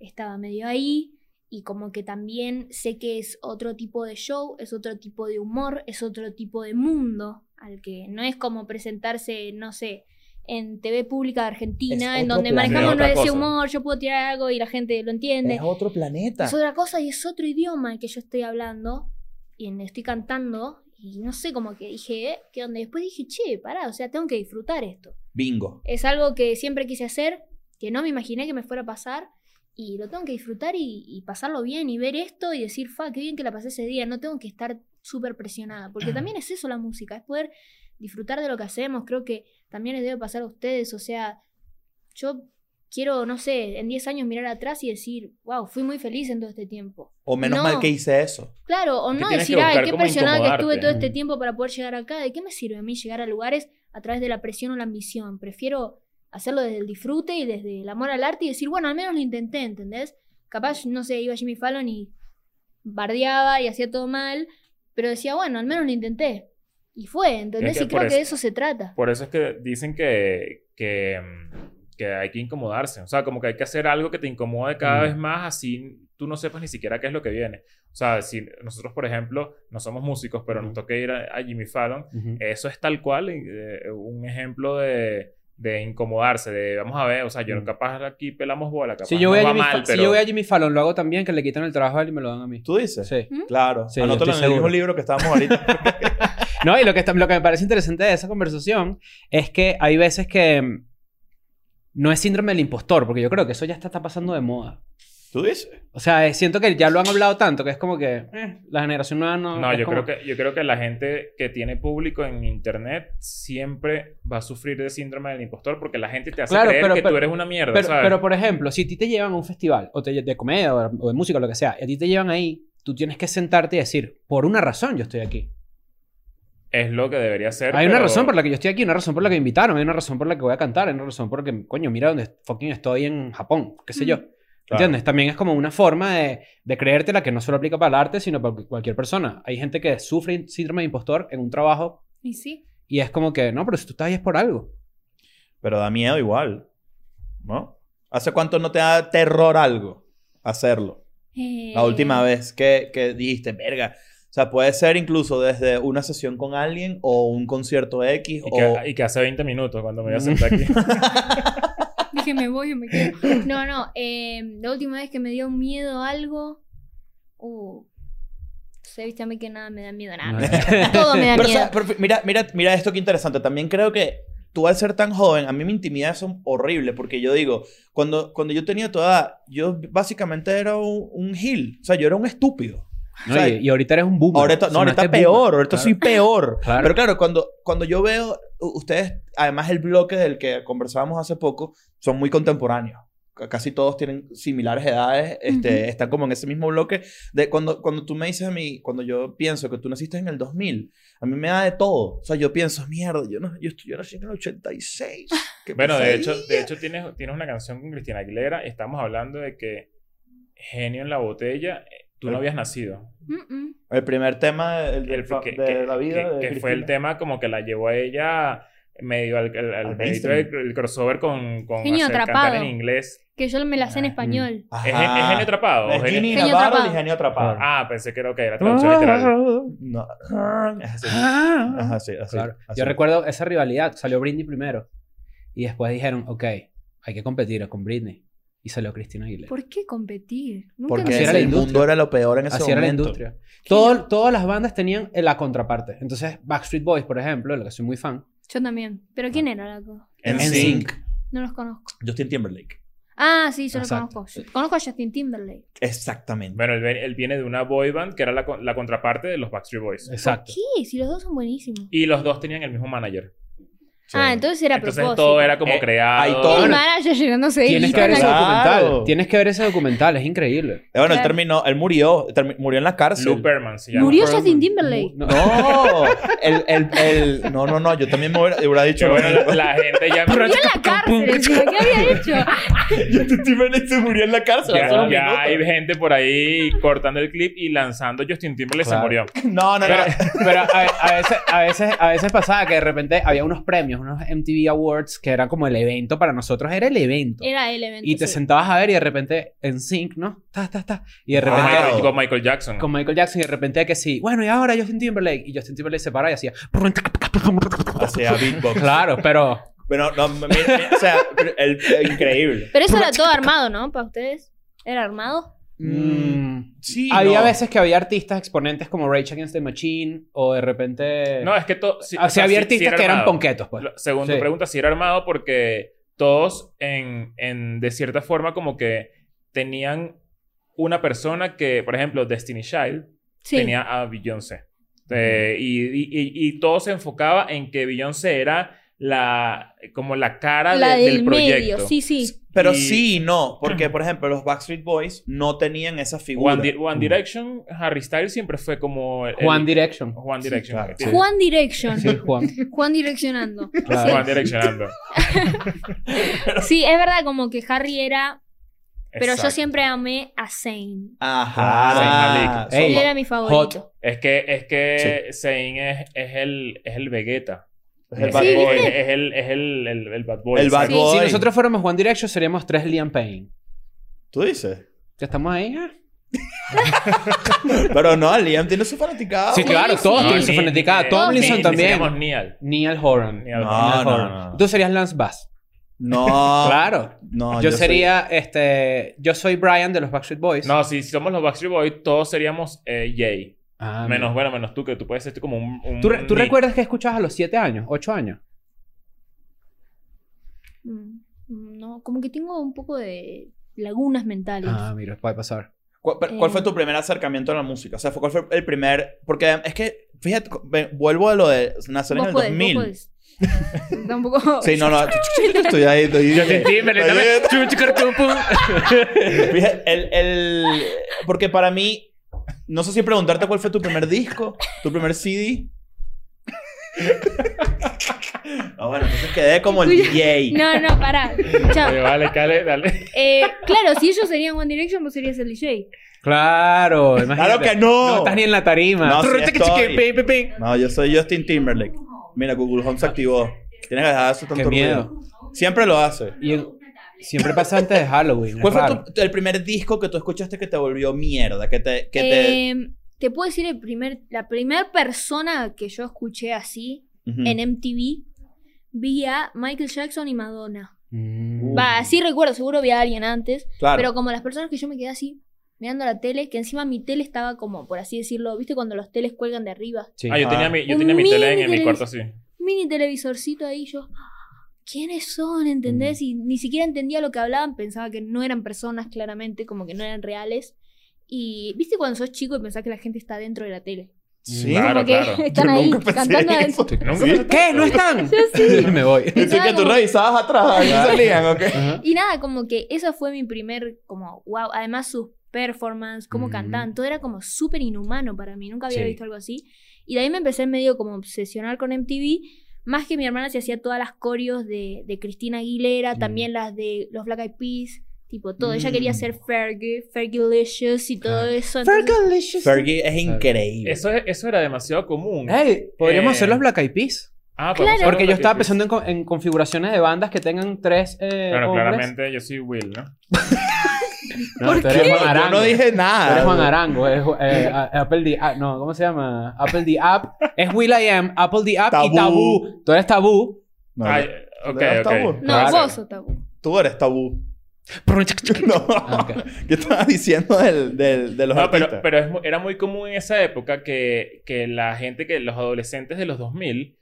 C: estaba medio ahí y como que también sé que es otro tipo de show, es otro tipo de humor, es otro tipo de mundo al que no es como presentarse, no sé, en TV Pública de Argentina,
A: Es
C: en
A: otro
C: donde
A: planeta.
C: manejamos
D: Otra
C: no ese
D: cosa.
C: humor, yo puedo tirar algo y la gente lo entiende.
A: Es otro planeta.
C: Es otra cosa y es otro idioma el que yo estoy hablando y en- estoy cantando. Y no sé, como que dije, eh, ¿qué onda? Y Después dije, che, pará, o sea, tengo que disfrutar esto.
A: Bingo.
C: Es algo que siempre quise hacer, que no me imaginé que me fuera a pasar. Y lo tengo que disfrutar y, y pasarlo bien y ver esto y decir, fa, qué bien que la pasé ese día. No tengo que estar súper presionada. Porque también es eso la música, es poder disfrutar de lo que hacemos. Creo que también les debe pasar a ustedes. O sea, yo quiero, no sé, en 10 años mirar atrás y decir, wow, fui muy feliz en todo este tiempo.
A: O menos
C: No.
A: mal que hice eso.
C: Claro, o
D: Que
C: no
D: tienes que
C: decir, ay,
D: buscar
C: qué
D: cómo
C: presionada que estuve
D: incomodarte".
C: todo este
B: Mm.
C: tiempo para poder llegar acá. ¿De qué me sirve a mí llegar a lugares a través de la presión o la ambición? Prefiero hacerlo desde el disfrute y desde el amor al arte y decir, bueno, al menos lo intenté, ¿entendés? Capaz, no sé, iba Jimmy Fallon y bardeaba y hacía todo mal, pero decía, bueno, al menos lo intenté. Y fue, ¿entendés?
D: Es que
C: y creo
D: por
C: que de
D: eso-
C: eso se trata.
D: Por eso es que dicen que, que, mm, que hay que incomodarse. O sea, como que hay que hacer algo que te incomode cada
B: Mm.
D: vez más, así tú no sepas ni siquiera qué es lo que viene. O sea, si nosotros, por ejemplo, no somos músicos, pero nos
B: Ujú.
D: toca ir a, a Jimmy Fallon,
B: Ujú.
D: eso es tal cual eh, un ejemplo de, de incomodarse, de vamos a ver, o sea, yo
B: Mm.
D: capaz aquí pelamos bola, capaz
B: Si yo,
D: nos
B: voy a
D: va
B: Jimmy
D: mal,
B: Fa- si
D: pero...
B: yo voy a Jimmy Fallon, lo hago también, que le quitan el trabajo a él y me lo dan a mí.
A: ¿Tú dices?
B: Sí.
A: Claro.
B: Sí,
A: Anótalo
B: estoy
A: en el mismo
B: seguro.
A: libro que estábamos ahorita.
B: No, y lo que, está- lo que me parece interesante de esa conversación es que hay veces que mm, no es síndrome del impostor, porque yo creo que eso ya está, está pasando de moda.
A: ¿Tú dices?
B: O sea, eh, siento que ya lo han hablado tanto que es como que eh, la generación nueva no.
D: No,
B: es
D: yo
B: como-
D: creo, que, yo creo que la gente que tiene público en internet siempre va a sufrir de síndrome del impostor porque la gente te hace
B: Claro,
D: creer
B: pero-
D: que tú
B: pero-
D: eres una mierda,
B: Pero,
D: ¿sabes?
B: pero, por ejemplo, si a ti te llevan a un festival, o te, de comedia, o, o de música, o lo que sea, y a ti te llevan ahí, tú tienes que sentarte y decir, por una razón yo estoy aquí.
D: es lo que debería ser.
B: Hay una
D: pero-
B: razón por la que yo estoy aquí, una razón por la que me invitaron, hay una razón por la que voy a cantar, hay una razón por la que, coño, mira dónde fucking estoy en Japón, qué sé yo.
C: Mm.
B: ¿Entiendes? También es como una forma de, de creértela que no solo aplica para el arte, sino para cualquier persona. Hay gente que sufre síndrome de impostor en un trabajo
C: Y sí.
B: y es como que, no, pero si tú estás ahí es por algo.
A: Pero da miedo igual. ¿No? ¿Hace cuánto no te da terror algo hacerlo?
C: Eh.
A: La última vez que, que dijiste, verga. O sea, puede ser incluso desde una sesión con alguien o un concierto X
D: Y que,
A: o...
D: y que hace 20 minutos cuando me voy a
B: Mm.
D: sentar aquí.
C: Dije, me voy o me quedo. No, no. eh, la última vez que me dio miedo algo. Uh. No sé, viste a mí que nada me da miedo, nada. Todo me da
A: Pero, o
C: miedo.
A: sea, pero mira, mira, mira esto que interesante. También creo que tú al ser tan joven, a mí me intimida eso horrible porque yo digo, cuando, cuando yo tenía tu edad, yo básicamente era un, un gil. O sea, yo era un estúpido.
B: No,
A: O sea,
B: y, y ahorita eres un boomer.
A: Ahora está, no, ahorita
B: Sonaste
A: peor,
B: boomer.
A: ahorita
B: Claro.
A: soy peor.
B: Claro.
A: Pero claro, cuando, cuando yo veo, u- ustedes, además el bloque del que conversábamos hace poco, son muy contemporáneos. C- Casi todos tienen similares edades, este,
C: Ujú.
A: están como en ese mismo bloque. De cuando, cuando tú me dices a mí, cuando yo pienso que tú naciste en el 2000, a mí me da de todo. O sea, yo pienso, mierda, yo, no, yo, estoy- yo nací en el 86. ¿Qué
D: bueno, de hecho,
A: pesadilla".
D: de hecho tienes, tienes una canción con Cristina Aguilera. Estamos hablando de que Genio en la botella, eh, tú no habías nacido.
C: Mm, mm.
A: El primer tema del- del
D: El-
A: fa-
D: que-
A: de
D: que-
A: la vida
D: que-
A: de
D: que fue el
A: Cristina.
D: tema como que la llevó a ella medio al, al, al
A: Al
D: medio
A: mainstream.
D: del- el crossover con, con
C: Genio
D: hacer cantar
C: atrapado.
D: en inglés.
C: Que yo me la sé en
D: Ah,
C: español.
A: Ajá.
D: ¿Es, es genio atrapado?
A: Es
D: o genio-
A: Ginny
C: Genio
A: Navarro, el
C: atrapado.
A: genio atrapado. Ah.
D: Ah, pensé que era, que era traducción literal.
A: No. Es así.
B: Ah.
A: Ajá, sí, así,
B: Claro.
A: así.
B: Yo recuerdo esa rivalidad. Salió Britney primero. Y después dijeron, ok, hay que competir con Britney. Y salió Cristina Aguilera.
C: ¿Por qué competir? Nunca
A: Porque
C: me-
B: así era la
A: el
B: industria.
A: mundo era lo peor en ese
B: Así
A: momento.
B: era la industria. Todo- todas las bandas tenían eh, la contraparte. Entonces, Backstreet Boys, por ejemplo, de la que soy muy fan.
C: Yo también. ¿Pero quién era, loco?
A: En
B: NSYNC.
A: Sync.
C: No los conozco.
A: Justin Timberlake.
C: Ah, sí, yo los
B: Exacto.
C: conozco. Yo- Conozco a Justin Timberlake.
A: Exactamente.
D: Bueno, él, ven- él viene de una boy band que era la, con- la contraparte de los Backstreet Boys.
B: Exacto.
C: Sí, sí, los dos son buenísimos.
D: Y los dos tenían el mismo manager.
A: Sí.
C: Ah, entonces era a
D: Entonces
C: propósito.
D: todo era como
A: Eh,
D: creado.
A: ahí todo-
C: El
A: Bueno,
C: manager llegándose ahí.
B: Tienes que
C: con
B: ver
C: la-
B: ese
A: Claro.
B: documental. Tienes que ver ese documental. Es increíble.
A: Eh, bueno, él
C: Claro.
A: terminó, él murió, termi- murió en la cárcel.
D: Lou Perman se llama.
C: Murió
A: Pearl-
C: Justin Timberlake.
B: No.
A: No, el, el, el, no, no, no, yo también me hubiera, hubiera dicho.
D: Que bueno, la, la gente ya,
C: Murió en la cárcel. encima, ¿Qué había hecho?
A: Justin Timberlake se murió en la cárcel. hace
D: ya,
A: unos
D: ya hay
A: minutos.
D: gente por ahí cortando el clip y lanzando Justin Timberlake
B: Claro.
D: se murió.
A: No, no, no.
B: Pero, pero a, a veces, a, veces, a veces pasaba que de repente había unos premios, unos MTV Awards, que eran como el evento para nosotros, era el evento.
C: Era el evento.
B: y te
C: sí.
B: sentabas a ver y de repente en sync, ¿no? Ta, ta, ta. Y de
A: Wow.
D: Con
B: repente
D: Michael, con Michael Jackson.
B: con Michael Jackson y de repente que sí. Bueno, y ahora Justin Timberlake. Y Justin Timberlake se para y hacía.
A: Hacía beatbox.
B: Claro, pero
A: Pero no, no, mira, mira, o sea, el, el- increíble.
C: Pero eso era todo armado, ¿no? Para ustedes. ¿Era armado?
B: Mm.
A: Sí,
B: había
A: no.
B: veces que había artistas exponentes como Rage Against the Machine o de repente...
D: No, es que todo. sí,
B: o sea, Ah,
D: sí-
B: había
D: sí
B: artistas
D: era
B: que eran
D: armado.
B: ponquetos, pues.
D: Lo- Según
B: Sí.
D: tu pregunta, si era armado porque todos en, en- de cierta forma como que tenían una persona que, por ejemplo, Destiny Child
C: Sí.
D: tenía a Beyoncé. Eh, y, y- y- y todo se enfocaba en que Beyoncé era la como la cara
C: La
D: de-
C: del,
D: del proyecto.
C: medio, sí, sí. Ah.
A: Pero
D: Y-
A: sí y no, porque por ejemplo los Backstreet Boys no tenían esa figura.
D: One, Di- One Direction, Harry Styles siempre fue como el-
B: Juan
D: el-
B: Direction.
D: One
A: Sí,
D: Direction.
A: claro,
D: Sí,
C: Juan Direction.
B: Sí, Juan.
C: Juan direccionando.
B: Claro.
D: One Directionando.
C: Sí, es verdad como que Harry era... Pero yo
D: Exacto.
C: siempre amé a Zane.
A: Ajá.
D: Claro.
A: Son-
B: Ah, Ey.
C: Él era mi favorito.
D: Es que, es que Zayn es, es el, es el Vegeta.
A: Es el
D: Es
A: bad
C: Sí,
A: boy.
D: Es, es el, es el, el- el bad boy.
A: El bad
D: ¿sabes?
A: boy.
B: Si nosotros fuéramos One Direction, seríamos tres Liam Payne.
A: Tú dices.
B: ¿Ya estamos ahí? eh?
A: Pero no, Liam tiene su fanaticada.
B: Sí, claro,
C: sí.
B: todos
C: No,
B: tienen
D: ni-
B: su
D: ni-
B: fanaticada.
D: ni-
B: Tomlinson
D: ni- ni
B: también.
D: seríamos Neal.
B: Neil Horan.
D: Neal
A: No,
D: Horan.
B: Neil Horan.
A: no, no.
B: Tú serías Lance Bass.
A: No.
B: Claro.
A: No,
B: yo,
A: soy-
B: sería, este... Yo soy Brian de los Backstreet Boys.
D: No, si somos los Backstreet Boys, todos seríamos eh, Jay.
B: Ah, mira.
D: Menos, bueno, menos tú, que tú puedes ser como un... un
B: ¿Tú, re- tú
D: Nick.
B: recuerdas que escuchabas a los 7 años? ¿8 años?
C: Mm, No, como que tengo un poco de lagunas mentales.
B: Ah, mira, puede pasar.
A: ¿Cuál, pero cuál
C: Eh.
A: fue tu primer acercamiento a la música? O sea, fue- ¿cuál fue el primer...? Porque es que, fíjate, co- ve- vuelvo a lo de nacer en
C: vos
A: el
C: podés,
A: 2000.
C: vos podés. Tampoco...
A: Sí, no, no. Estoy ahí. Estoy,
D: Yo sentí, me le-
A: estoy-
B: Chum, chicar, chum, pum.
A: Fíjate, el, el- porque para mí, no sé si preguntarte cuál fue tu primer disco, tu primer CD. No, Ah, bueno, entonces quedé como el
C: Escucha.
A: DJ.
C: No, no, pará. Escuchá.
D: Oye, Vale, dale, dale.
C: Eh, claro, si ellos serían One Direction, vos serías el DJ.
B: Claro, imagínate.
A: Claro que no.
B: No estás ni en la tarima.
A: No, sí
B: Trrr, chiqui, chiqui,
A: estoy.
B: pim, pim, pim.
A: No, yo soy Justin Timberlake. Mira, Google Home se activó. Tienes que dejar de hacer tanto
B: Qué miedo.
A: ruido. Siempre lo hace.
B: Y en- siempre pasa antes de Halloween.
A: ¿Cuál
B: es
A: fue
B: raro.
A: tu- el primer disco que tú escuchaste que te volvió mierda? Que te, que te...
C: Eh, te puedo decir el primer, la primera persona que yo escuché así
A: Ujú.
C: en MTV vi a Michael Jackson y Madonna.
B: Mm.
C: Va, así recuerdo, seguro vi a alguien antes,
A: Claro.
C: pero como las personas que yo me quedé así mirando la tele, que encima mi tele estaba como, por así decirlo, ¿viste cuando los teles cuelgan de arriba?
B: Sí.
D: Ah, yo
A: Ah.
D: tenía mi, yo
C: Un
D: tenía mi tele en, en mi
C: mini
D: cuarto así.
C: Mini televisorcito ahí yo, ¿quiénes son? ¿Entendés?
A: Mm.
C: Y ni siquiera entendía lo que hablaban, pensaba que no eran personas claramente, como que no eran reales. Y, ¿viste cuando sos chico y pensás que la gente está dentro de la tele?
A: Sí.
D: Claro,
C: Como que
D: claro.
C: están
A: Yo
C: ahí
A: nunca pensé
C: cantando
A: en
C: adentro.
D: Nunca-
B: ¿Qué? ¿No están? Y me voy.
A: Y tú que tú
C: como-
A: revisabas atrás, y salían, ¿ok?
B: Ajá.
C: Y nada, como que eso fue mi primer, como, wow. Además, sus performance, cómo
B: Ujú.
C: cantaban, todo era como súper inhumano para mí. Nunca había
B: Sí.
C: visto algo así. Y de ahí me empecé medio como a obsesionar con MTV. Más que mi hermana se hacía todas las corios de, de Cristina Aguilera,
B: Mm.
C: también las de los Black Eyed Peas, tipo todo. Ella
B: Mm.
C: quería ser Fergie, Fergalicious y todo
B: Claro.
C: eso. entonces-
B: Fergalicious.
A: Fergie es increíble.
D: Eso, es- eso era demasiado común.
B: Ey, podríamos
D: Eh.
B: hacer los Black Eyed Peas.
C: Claro.
D: Ah, podemos
B: Porque yo
D: hablar
B: estaba
D: de-
B: pensando en, co- en configuraciones de bandas que tengan tres eh,
D: Claro,
B: hombres.
D: claramente yo soy Will, ¿no?
B: No, tú eres Juan
A: Yo
B: Arango.
A: no dije nada.
B: Tú eres Juan Arango. Es, eh, a- Apple the App. No, ¿cómo se llama? Apple the App. Es Will I Am, Apple the App
A: Tabú.
B: y Tabú. Tú eres Tabú.
A: No,
D: Ay,
A: no.
D: Ah, ok,
A: ¿Le das
D: ok.
A: tabú?
C: No,
B: Claro.
C: vos sos tabú.
A: Tú eres tabú. No.
B: Ah, ok.
A: Yo estaba diciendo del, del, de los
D: No, pero,
A: artistas.
D: pero es mu- era muy común en esa época que, que la gente, que los adolescentes de los 2000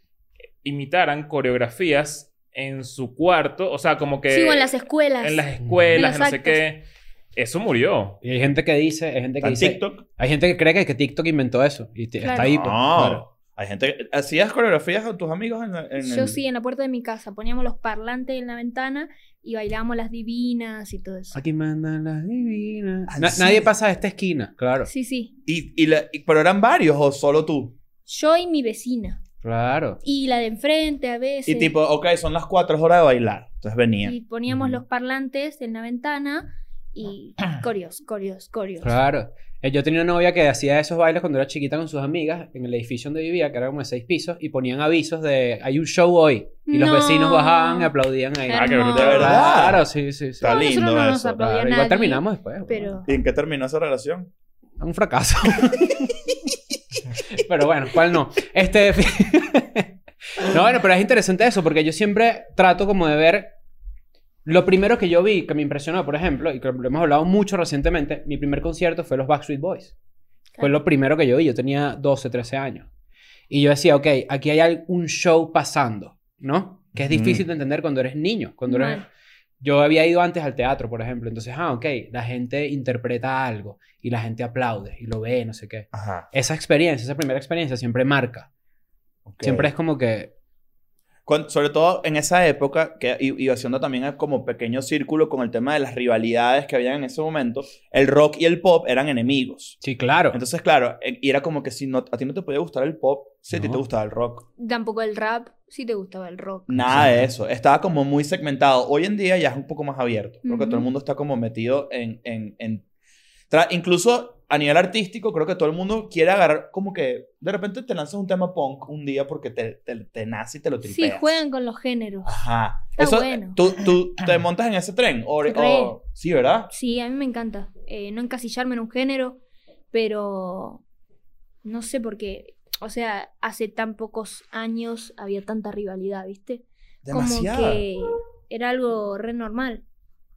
D: imitaran coreografías en su cuarto, o sea, como que
C: Sigo en las escuelas.
D: en las escuelas,
C: En los
D: no sé
C: actos.
D: qué. Eso murió.
B: Y hay gente que dice, hay gente
A: ¿Está
B: que
A: en
B: dice,
A: TikTok?
B: hay gente que cree que, que TikTok inventó eso y te-
C: Claro.
B: está ahí.
A: No.
B: pues, claro.
A: Hay gente que... ¿Hacías coreografías con tus amigos en, la- en
C: Yo
A: el-
C: sí, en la puerta de mi casa. Poníamos los parlantes en la ventana y bailábamos las divinas y todo eso.
B: Aquí mandan las divinas.
A: Ah,
B: Na-
A: sí.
B: Nadie pasa de esta esquina, claro.
C: Sí, sí.
A: Y, y la- y- ¿Pero eran varios o solo tú?
C: Yo y mi vecina.
B: Claro.
C: Y la de enfrente a veces.
A: Y tipo, ok, son las cuatro es hora de bailar. Entonces venía.
C: Y poníamos
B: Ujú.
C: los parlantes en la ventana y corios, corios, corios.
B: Claro. Eh, Yo tenía una novia que hacía esos bailes cuando era chiquita con sus amigas en el edificio donde vivía, que era como de seis pisos, y ponían avisos de hay un show hoy. Y los
C: No.
B: vecinos bajaban y aplaudían ahí.
D: Ah, qué
C: Hermoso.
D: brutal.
A: De verdad.
B: Claro, sí, sí, sí.
A: Está
C: No, nosotros
A: lindo
C: no nos
A: eso.
C: aplaudía
B: Claro,
C: nadie,
B: Igual terminamos después.
C: Pero
A: ¿Y en qué terminó esa relación?
B: bueno. Un fracaso. pero bueno, ¿cuál no? Este. No, bueno, pero es interesante eso, porque yo siempre trato como de ver. Lo primero que yo vi que me impresionó, por ejemplo, y que lo hemos hablado mucho recientemente, mi primer concierto fue los Backstreet Boys. Fue lo primero que yo vi, yo tenía 12, 13 años. Y yo decía, ok, aquí hay un show pasando, ¿no? Que es
A: Ujú.
B: difícil de entender cuando eres niño, cuando eres...
C: Mal.
B: Yo había ido antes al teatro, por ejemplo, entonces, ah, ok, la gente interpreta algo y la gente aplaude y lo ve, no sé qué.
A: Ajá.
B: Esa experiencia, esa primera experiencia siempre marca.
A: ok.
B: Siempre es como que...
A: Cuan- sobre todo en esa época, que, y, y haciendo también a- como pequeño círculo con el tema de las rivalidades que había en ese momento, el rock y el pop eran enemigos.
B: Sí, claro.
A: Entonces, claro, e- y era como que si no, a ti no te podía gustar el pop, si a ti
B: No.
A: te gustaba el rock.
C: Tampoco el rap, si te gustaba el rock.
A: Nada de
B: Exacto.
A: eso. Estaba como muy segmentado. Hoy en día ya es un poco más abierto, porque
C: Ujú.
A: todo el mundo está como metido en... en, en- tra- incluso a nivel artístico, creo que todo el mundo quiere agarrar como que de repente te lanzas un tema punk un día porque te, te, te nace y te lo
C: Sí,
A: tripeas.
C: juegan con los géneros.
A: Ah, Ajá.
C: Está
A: eso,
C: bueno.
A: ¿tú, tú te montas en ese tren. O,
C: Re.
A: o- sí, ¿verdad?
C: Sí, a mí me encanta. eh, no encasillarme en un género, pero no sé por qué. O sea, hace tan pocos años había tanta rivalidad, ¿viste? Como
A: Demasiado.
C: que era algo re normal.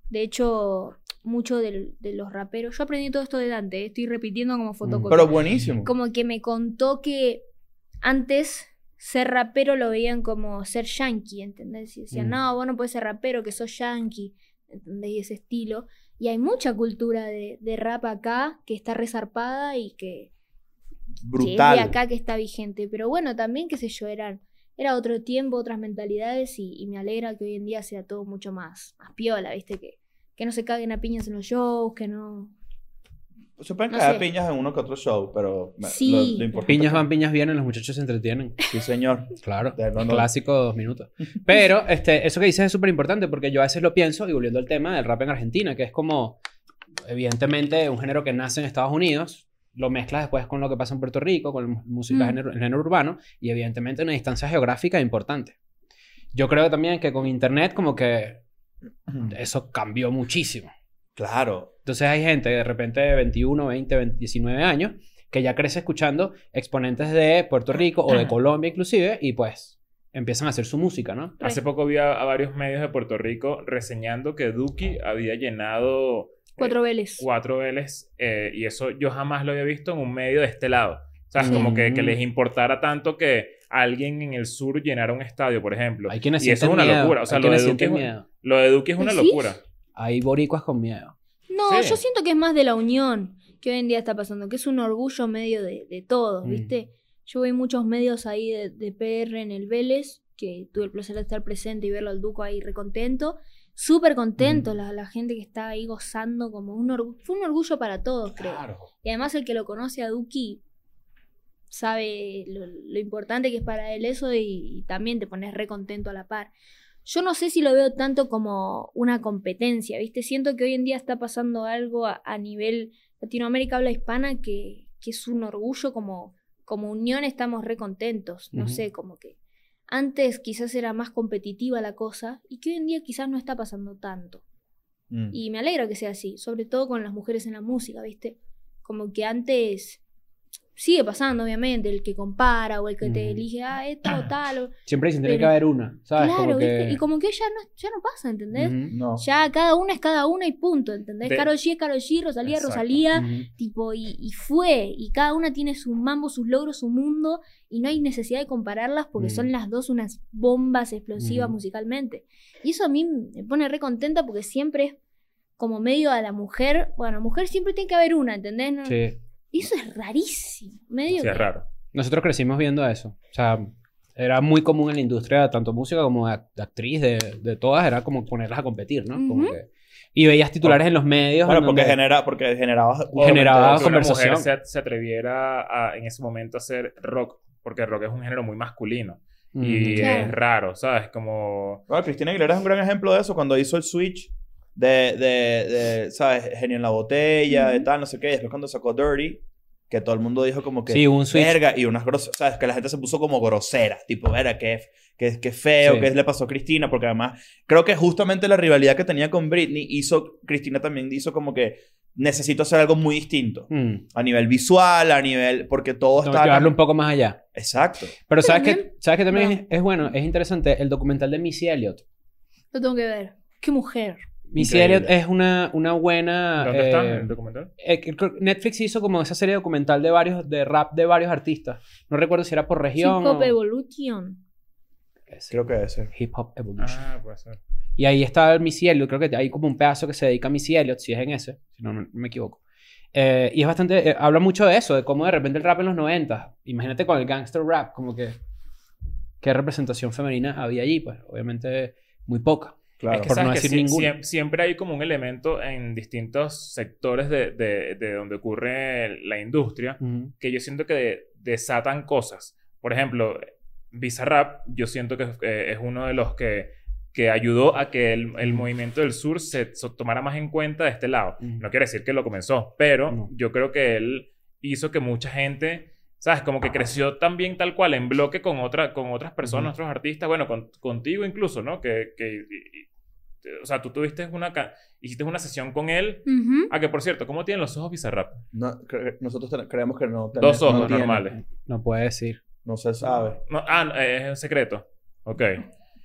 C: De hecho, mucho del- de los raperos. Yo aprendí todo esto de Dante, eh, estoy repitiendo como fotocopia.
A: Pero buenísimo.
C: como que me contó que antes ser rapero lo veían como ser yankee, ¿entendés? Y decían,
B: Mm.
C: no, vos no podés ser rapero, que sos yankee, ¿entendés? Y ese estilo. Y hay mucha cultura de, de rap acá que está resarpada y que, que es
A: Brutal.
C: de acá que está vigente. Pero bueno, también, qué sé yo, eran, era otro tiempo, otras mentalidades y, y me alegra que hoy en día sea todo mucho más, más piola, ¿viste? Que, que no se caguen a piñas en los shows, que no...
A: Se pueden
C: no
A: caer
C: sé.
A: piñas en uno que otro show, pero me-
C: Sí.
A: lo, lo importante-
B: Piñas van, piñas vienen, los muchachos se entretienen.
A: Sí, señor.
B: Claro.
A: De- no, no.
B: Clásico dos minutos. Pero este, eso que dices es súper importante porque yo a veces lo pienso, y volviendo al tema del rap en Argentina, que es como, evidentemente, un género que nace en Estados Unidos, lo mezclas después con lo que pasa en Puerto Rico, con la mu- música,
C: Mm.
B: género, el género urbano, y evidentemente una distancia geográfica importante. Yo creo también que con Internet como que eso cambió muchísimo.
A: Eh, Claro.
B: Entonces hay gente de repente de 21, 20, 20, 19 años que ya crece escuchando exponentes de Puerto Rico o de Colombia inclusive y pues empiezan a hacer su música, ¿no?
C: re-
D: Hace poco vi a, a varios medios de Puerto Rico reseñando que Duki había llenado
C: Cuatro veles.
D: cuatro L's eh, y eso yo jamás lo había visto en un medio de este lado. O sea, es
C: Sí.
D: como que, que
B: Mm.
D: les importara tanto que alguien en el sur llenara un estadio, por ejemplo.
B: Hay quienes
D: y eso
B: sienten
D: es una
B: miedo,
D: locura. O sea,
B: hay
D: lo de,
B: quienes
D: Duki, es
B: sienten
D: un-
B: miedo.
D: lo de Duki es una
C: ¿Decís?
D: locura.
B: Hay boricuas con miedo.
C: No,
D: Sí.
C: yo siento que es más de la unión que hoy en día está pasando, que es un orgullo medio de, de todos,
B: Mm.
C: ¿viste? Yo vi muchos medios ahí de, de PR en el Vélez, que tuve el placer de estar presente y verlo al Duco ahí recontento, súper contento,
B: Mm.
C: la, la gente que está ahí gozando como un orgullo, fue un orgullo para todos, creo. Y además el que lo conoce a Duki sabe lo, lo importante que es para él eso y, y también te pones re contento a la par. Yo no sé si lo veo tanto como una competencia, ¿viste? Siento que hoy en día está pasando algo a, a nivel Latinoamérica habla hispana que, que es un orgullo, como, como unión estamos re contentos, no
B: Ujú.
C: sé, como que antes quizás era más competitiva la cosa y que hoy en día quizás no está pasando tanto.
A: Mm.
C: Y me alegra que sea así, sobre todo con las mujeres en la música, ¿viste? Como que antes sigue pasando, obviamente, el que compara o el que te
B: Ujú.
C: elige, ah, esto o tal. o-
B: Siempre dicen, tiene que
C: Pero-
B: haber una, ¿sabes?
C: claro,
B: como que... Mm,
C: ¿viste? Y como que ya no, ya no pasa, ¿entendés?
B: Ujú,
A: No.
C: Ya cada una es cada una y punto, ¿entendés?
D: De-
C: Karol G es Karol G, Rosalía es
D: Exacto.
C: Rosalía,
B: ujú.
C: tipo, y, y fue. Y cada una tiene sus mambos, sus logros, su mundo, y no hay necesidad de compararlas porque
B: Mm.
C: son las dos unas bombas explosivas
B: Mm.
C: musicalmente. Y eso a mí me pone re contenta porque siempre es como medio a la mujer. Bueno, mujer siempre tiene que haber una, ¿entendés? No-
B: Sí.
C: Y eso es rarísimo. Medio
D: Sí,
C: que-
D: es raro.
B: Nosotros crecimos viendo eso. O sea, era muy común en la industria, tanto música como de, act- de actriz, de, de todas, era como ponerlas a competir, ¿no? Como
C: Ujú.
B: que- y veías titulares en los medios.
A: Bueno,
B: en
A: porque,
B: donde-
A: genera, porque generaba...
B: Generaba
A: obviamente,
D: que una mujer
B: conversación.
D: se, se atreviera a, en ese momento a hacer rock, porque rock es un género muy masculino y
B: Ujú.
C: Claro.
D: es raro, ¿sabes? Como
A: Bueno, Cristina Aguilera es un gran ejemplo de eso cuando hizo el switch de, de, de, ¿sabes? Genio en la botella, de
C: Ujú.
A: tal, no sé qué. Y después cuando sacó Dirty, que todo el mundo dijo como que...
B: Sí, un switch.
A: Verga, y unas groseras, ¿sabes? Que la gente se puso como grosera, tipo, verga, qué, qué, qué feo,
B: Sí.
A: qué le pasó a Cristina, porque además creo que justamente la rivalidad que tenía con Britney hizo, Cristina también hizo como que necesito hacer algo muy distinto.
B: Mm.
A: A nivel visual, a nivel. Porque todo
B: Tengo que
A: está.
B: llevarlo un poco más allá.
A: Exacto.
B: Pero sabes que,
C: también-
B: sabes que también
C: no.
B: es, es bueno, es interesante el documental de Missy Elliott.
C: Lo tengo que ver. Qué mujer.
B: Missy
A: Increíble.
B: Elliott es una, una buena.
D: ¿Dónde está
B: eh,
D: el documental?
B: eh, que- que Netflix hizo como esa serie documental de varios, de rap de varios artistas. No recuerdo si era por
C: Hip
B: región.
C: Hop
B: o-
C: Evolution.
B: Ese.
A: Creo que ese.
B: Hip Hop Evolution.
D: Ah, puede ser.
B: Y ahí está Missy Elliott, creo que hay como un pedazo que se dedica a Missy Elliott, si es en ese, si no no me equivoco. Eh, y es bastante, eh, habla mucho de eso, de cómo de repente el rap en los 90, imagínate con el gangster rap, como que qué representación femenina había allí, pues obviamente muy poca.
A: Claro.
D: Es que
B: Por no
D: sabes que
B: decir
D: sie-
B: ninguno.
D: siem- siempre hay como un elemento en distintos sectores de, de- de donde ocurre la industria que yo siento que de- desatan cosas. Por ejemplo, Bizarrap, yo siento que eh, es uno de los que, que ayudó a que el, el movimiento del sur se so- tomara más en cuenta de este lado.
B: Ujú.
D: No quiere decir que lo comenzó, pero
B: No.
D: yo creo que él hizo que mucha gente, ¿sabes? Como que creció también tal cual, en bloque con, otra, con otras personas,
B: Ujú.
D: otros artistas, bueno, con- contigo incluso, ¿no? Que, que- y- y- o sea, tú tuviste una, ca- hiciste una sesión con él.
C: Ujú.
D: Ah, que por cierto, ¿cómo tienen los ojos Bizarrap?
A: No, cre- nosotros ten- creemos que no tenemos-
D: Dos ojos
A: no tiene.
D: normales.
B: No puede decir.
A: No se sabe.
D: No, ah, no, eh, es un secreto. Ok.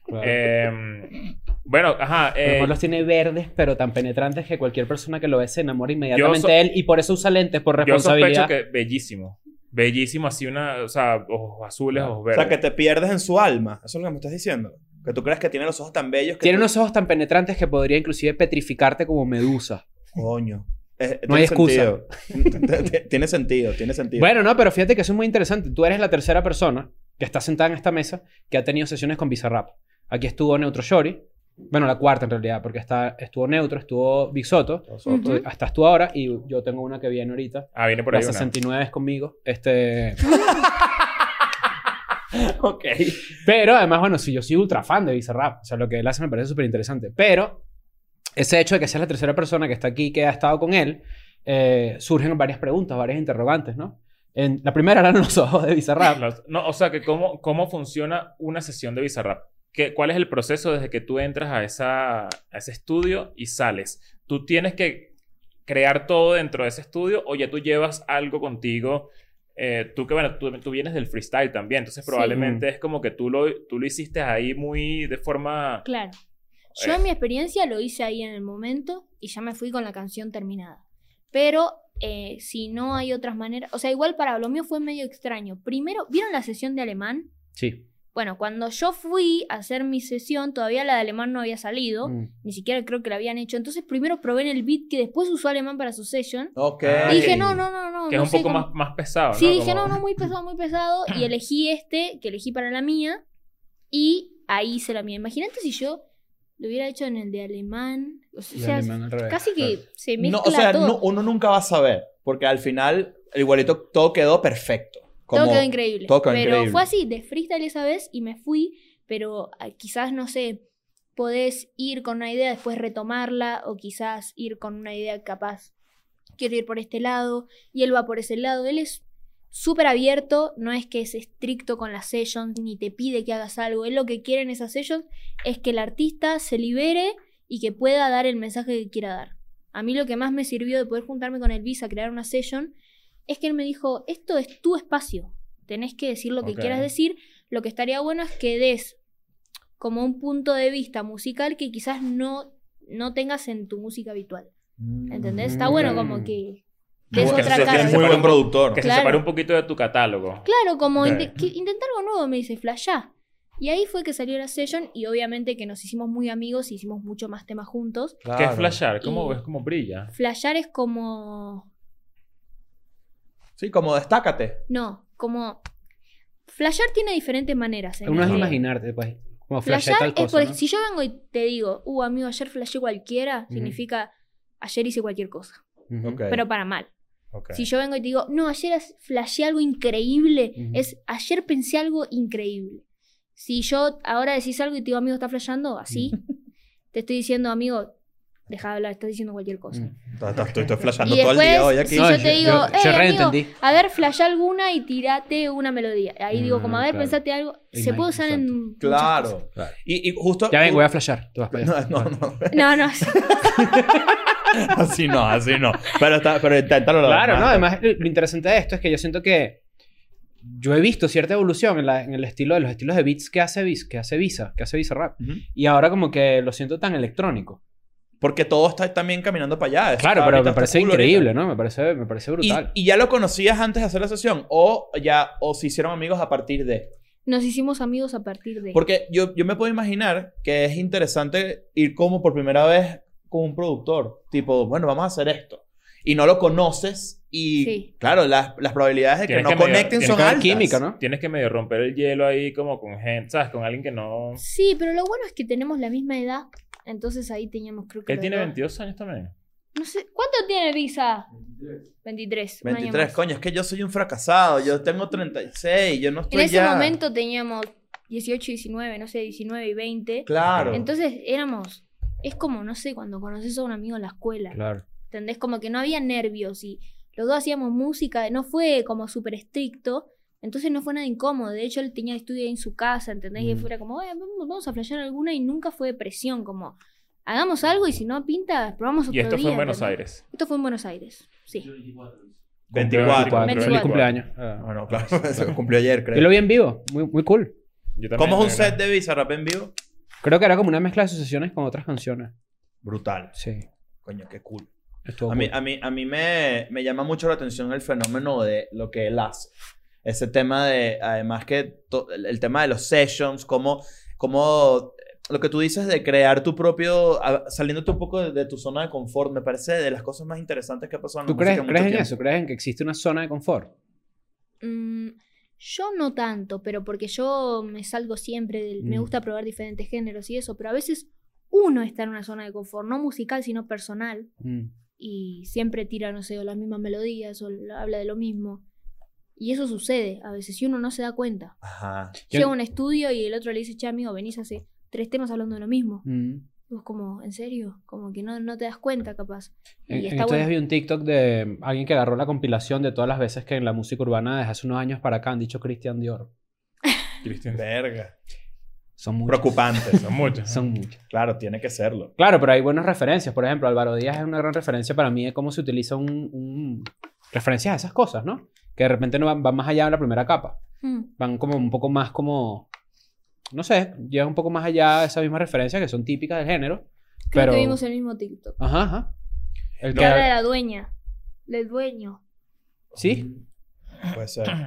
B: claro.
D: Eh, bueno, ajá. eh,
B: Además los tiene verdes, pero tan penetrantes que cualquier persona que lo ve se enamora inmediatamente
D: so-
B: de él y por eso usa lentes, por
D: yo sospecho
B: responsabilidad.
D: que bellísimo. Bellísimo, así una. O sea, ojos azules, ojos
A: O
D: verdes.
A: sea, que te pierdes en su alma. Eso es lo que me estás diciendo. Que tú crees que tiene los ojos tan bellos que.
B: Tiene
A: tú-
B: unos ojos tan penetrantes que podría inclusive petrificarte como medusa.
A: Coño. Eh, tiene
B: No hay excusa.
A: sentido. tiene sentido, tiene sentido.
B: Bueno, no, pero fíjate que eso es muy interesante. Tú eres la tercera persona que está sentada en esta mesa que ha tenido sesiones con Bizarrap. Aquí estuvo Neutro Shori. Bueno, la cuarta en realidad, porque está, estuvo Neutro, estuvo Big Soto,
A: Nosotros-
C: Ujú.
B: hasta tú ahora, y yo tengo una que viene ahorita.
D: Ah, viene por
B: la
D: ahí una.
B: 69 es conmigo. Este...
A: Ok.
B: Pero además, bueno, sí, yo soy ultra fan de Bizarrap. O sea, lo que él hace me parece súper interesante. Pero ese hecho de que seas la tercera persona que está aquí, que ha estado con él, eh, surgen varias preguntas, varias interrogantes, ¿no? En, la primera eran los ojos de Bizarrap.
D: Los- No, o sea, que cómo, cómo funciona una sesión de Bizarrap. ¿Qué, ¿Cuál es el proceso desde que tú entras a, esa, a ese estudio y sales? ¿Tú tienes que crear todo dentro de ese estudio o ya tú llevas algo contigo? Eh, tú que, bueno, tú, tú vienes del freestyle también, entonces
C: Sí.
D: probablemente es como que tú lo, tú lo hiciste ahí muy de forma...
C: Claro. Yo
D: Eh.
C: en mi experiencia lo hice ahí en el momento y ya me fui con la canción terminada. Pero eh, si no hay otras maneras, o sea, igual para lo mío fue medio extraño. Primero, ¿vieron la sesión de alemán?
B: Sí.
C: Bueno, cuando yo fui a hacer mi sesión, todavía la de alemán no había salido,
B: Mm.
C: ni siquiera creo que la habían hecho. Entonces primero probé en el beat que después usó alemán para su sesión.
A: Ok.
D: Ah,
C: Y dije,
D: ok.
C: no, no, no, no.
D: Que
C: no
D: es un
C: sé
D: poco
C: cómo-
D: más, más pesado.
C: Sí,
D: Ah, ¿no?
C: dije,
D: Como-
C: no, no, muy pesado, muy pesado. Y elegí este, que elegí para la mía. Y ahí hice la mía. Imagínate si yo lo hubiera hecho en el de alemán. O
B: Y
C: sea,
B: alemán al revés.
C: casi que se
A: No,
C: mezcla
A: o sea,
C: todo.
A: no- uno nunca va a saber. Porque al final, igualito, todo quedó perfecto. Como,
C: todo quedó increíble.
A: todo quedó
C: pero
A: increíble.
C: fue así, de freestyle esa vez y me fui. Pero ah, quizás, no sé, podés ir con una idea, después retomarla. O quizás ir con una idea capaz. Quiero ir por este lado. Y él va por ese lado. Él es súper abierto, no es que es estricto con las sessions ni te pide que hagas algo. Él lo que quiere en esas sessions es que el artista se libere y que pueda dar el mensaje que quiera dar. A mí lo que más me sirvió de poder juntarme con Elvis a crear una session es que él me dijo, esto es tu espacio, tenés que decir lo que
D: Ok.
C: quieras decir, lo que estaría bueno es que des como un punto de vista musical que quizás no, no tengas en tu música habitual.
A: Mm.
C: ¿Entendés? Está bueno como
B: Mm.
C: que...
A: Muy
C: des
A: bueno.
D: otra cara.
A: Es muy buen productor.
D: Que se
C: Claro.
D: separe un poquito de tu catálogo.
C: Claro, como
D: Ok.
C: inte- que intentar algo nuevo, me dice, flashá. Y ahí fue que salió la session y obviamente que nos hicimos muy amigos y hicimos mucho más temas juntos.
D: ¿Qué
A: Claro.
D: es flashar? ¿Cómo,
C: Y-
D: es como brilla?
C: Flashear es como...
A: Sí, como destácate.
C: No, como... Flashear tiene diferentes maneras. ¿eh?
B: Uno es
D: Ajá.
B: imaginarte, pues. Como flashé
C: Flashear
B: tal
C: es,
B: cosa.
C: por-
B: ¿no?
C: si yo vengo y te digo, uh, amigo, ayer flashé cualquiera,
B: Ujú.
C: significa ayer hice cualquier cosa,
B: Ujú.
A: Ok.
C: pero para mal.
D: Ok.
C: Si yo vengo y te digo, no, ayer as- flashé algo increíble,
B: Ujú.
C: es ayer pensé algo increíble. Si yo ahora decís algo y te digo, amigo, está flasheando, así, te estoy diciendo, amigo, deja de hablar, estás diciendo cualquier cosa.
B: Mm.
A: Ta- ta- Estoy, estoy flashando
C: Y
A: todo el día
C: después,
A: hoy aquí.
C: si yo te digo,
B: yo,
C: "Eh, amigo,
B: reentendí.
C: A ver, flashá alguna y tirate una melodía. Ahí digo,
B: Mm,
C: como, a ver,
B: claro.
C: pensate algo.
B: Ey,
C: Se
B: man,
C: puede usar en. muchas cosas.
A: Claro.
B: Claro.
A: Y, y justo.
B: Ya ven, voy a flashar. Tú vas para allá.
A: No, no, no.
C: No, no.
A: así no, así no. Pero, está, pero inténtalo. la
B: Claro,
A: verdad.
B: ¿no? Además, lo lo interesante de esto es que yo siento que yo he visto cierta evolución en, la- en el estilo de los estilos de beats que hace, Vis- que hace Visa, que hace Visa Rap.
A: Ujú.
B: Y ahora como que lo siento tan electrónico.
A: Porque todo está también caminando para allá. Eso
B: Claro,
A: está
B: pero
A: ahorita
B: me
A: hasta
B: parece
A: culo
B: increíble,
A: ahorita.
B: ¿no? Me parece, me parece
A: Y,
B: brutal.
A: y ya lo conocías antes de hacer la sesión o ya o se hicieron amigos a partir de.
C: Nos hicimos amigos a partir de...
A: Porque yo, yo me puedo imaginar que es interesante ir como por primera vez con un productor, tipo, bueno, vamos a hacer esto. Y no lo conoces y
C: Sí.
A: claro, las, las probabilidades de que
D: Tienes
A: no
D: que medio-
A: conecten
D: tienes
A: son
D: que
B: Cada
A: altas.
B: química, ¿no?
D: Tienes que medio romper el hielo ahí como con gente, ¿sabes? Con alguien que no...
C: Sí, pero lo bueno es que tenemos la misma edad. Entonces ahí teníamos, creo que...
D: Él
C: los
D: tiene
C: dos.
D: 22 años también.
C: No sé, ¿cuánto tiene Visa? 23. un año
A: 23,
C: más.
A: coño, es que yo soy un fracasado, yo tengo 36, yo no
C: En
A: estoy
C: ese
A: ya-
C: momento teníamos 18, 19, no sé, 19 y 20.
A: Claro.
C: Entonces éramos... Es como, no sé, cuando conoces a un amigo en la escuela.
B: Claro.
C: ¿Entendés? Como que no había nervios y los dos hacíamos música, no fue como súper estricto, entonces no fue nada incómodo. De hecho, él tenía estudio ahí en su casa, ¿entendés? Y
B: Mm.
C: fuera como, "Eh, vamos- vamos a flashear alguna y nunca fue presión, como, hagamos algo y si no pinta, probamos otro
D: Y esto fue
C: día",
D: en Buenos
C: ¿entendés?
D: Aires.
C: Esto fue en Buenos Aires, sí.
A: 24.
C: 24.
B: Feliz cumpleaños. Ah.
A: Bueno, claro, se cumplió ayer,
B: Yo lo
A: creo.
B: vi en vivo, muy, muy cool.
D: Yo también
A: ¿Cómo es un
D: tengo una-
A: set de Bizarrap en vivo?
B: Creo que era como una mezcla de asociaciones con otras canciones.
A: Brutal.
B: Sí,
A: Coño, qué cool.
B: estuvo
A: A mí,
B: cool.
A: a mí, a mí me, me llama mucho la atención el fenómeno de lo que él hace. Ese tema de, además que to- el, el tema de los sessions, cómo, cómo lo que tú dices de crear tu propio, a- saliéndote un poco de, de tu zona de confort, me parece de las cosas más interesantes que ha pasado en la
B: ¿Tú crees,
A: música mucho
B: crees en
A: tiempo.
B: eso? ¿Crees en que existe una zona de confort?
C: Mm, yo no tanto, pero porque yo me salgo siempre, del- me
B: Mm.
C: gusta probar diferentes géneros y eso, pero a veces uno está en una zona de confort, no musical, sino personal.
B: Mm.
C: y siempre tira, no sé, o las mismas melodías o la- habla de lo mismo. Y eso sucede a veces y uno no se da cuenta.
A: Ajá.
B: Yo-
C: Llega a un estudio y el otro le dice, che, amigo, venís hace tres temas hablando de lo mismo.
B: Mm.
C: Y vos como, ¿en serio? Como que no, no te das cuenta capaz. Y
B: En, en
C: está
B: estos días
C: bueno.
B: vi un TikTok de alguien que agarró la compilación de todas las veces que en la música urbana desde hace unos años para acá han dicho Christian Dior.
D: Cristian.
A: Verga.
B: Son muchas.
A: Preocupante.
D: Son muchos.
B: Son muchas.
A: claro, tiene que serlo.
B: Claro, pero hay buenas referencias. Por ejemplo, Álvaro Díaz es una gran referencia para mí de cómo se utiliza un, un- referencias a esas cosas, ¿no? Que de repente no van, van más allá de la primera capa.
C: Mm,
B: Van como un poco más como... No sé, llegan un poco más allá de esas mismas referencias que son típicas del género.
C: Creo
B: pero...
C: que vimos el mismo TikTok.
B: Ajá, ajá. El
C: Que
B: que-
C: habla de la dueña, del dueño.
B: Sí.
A: Puede ser.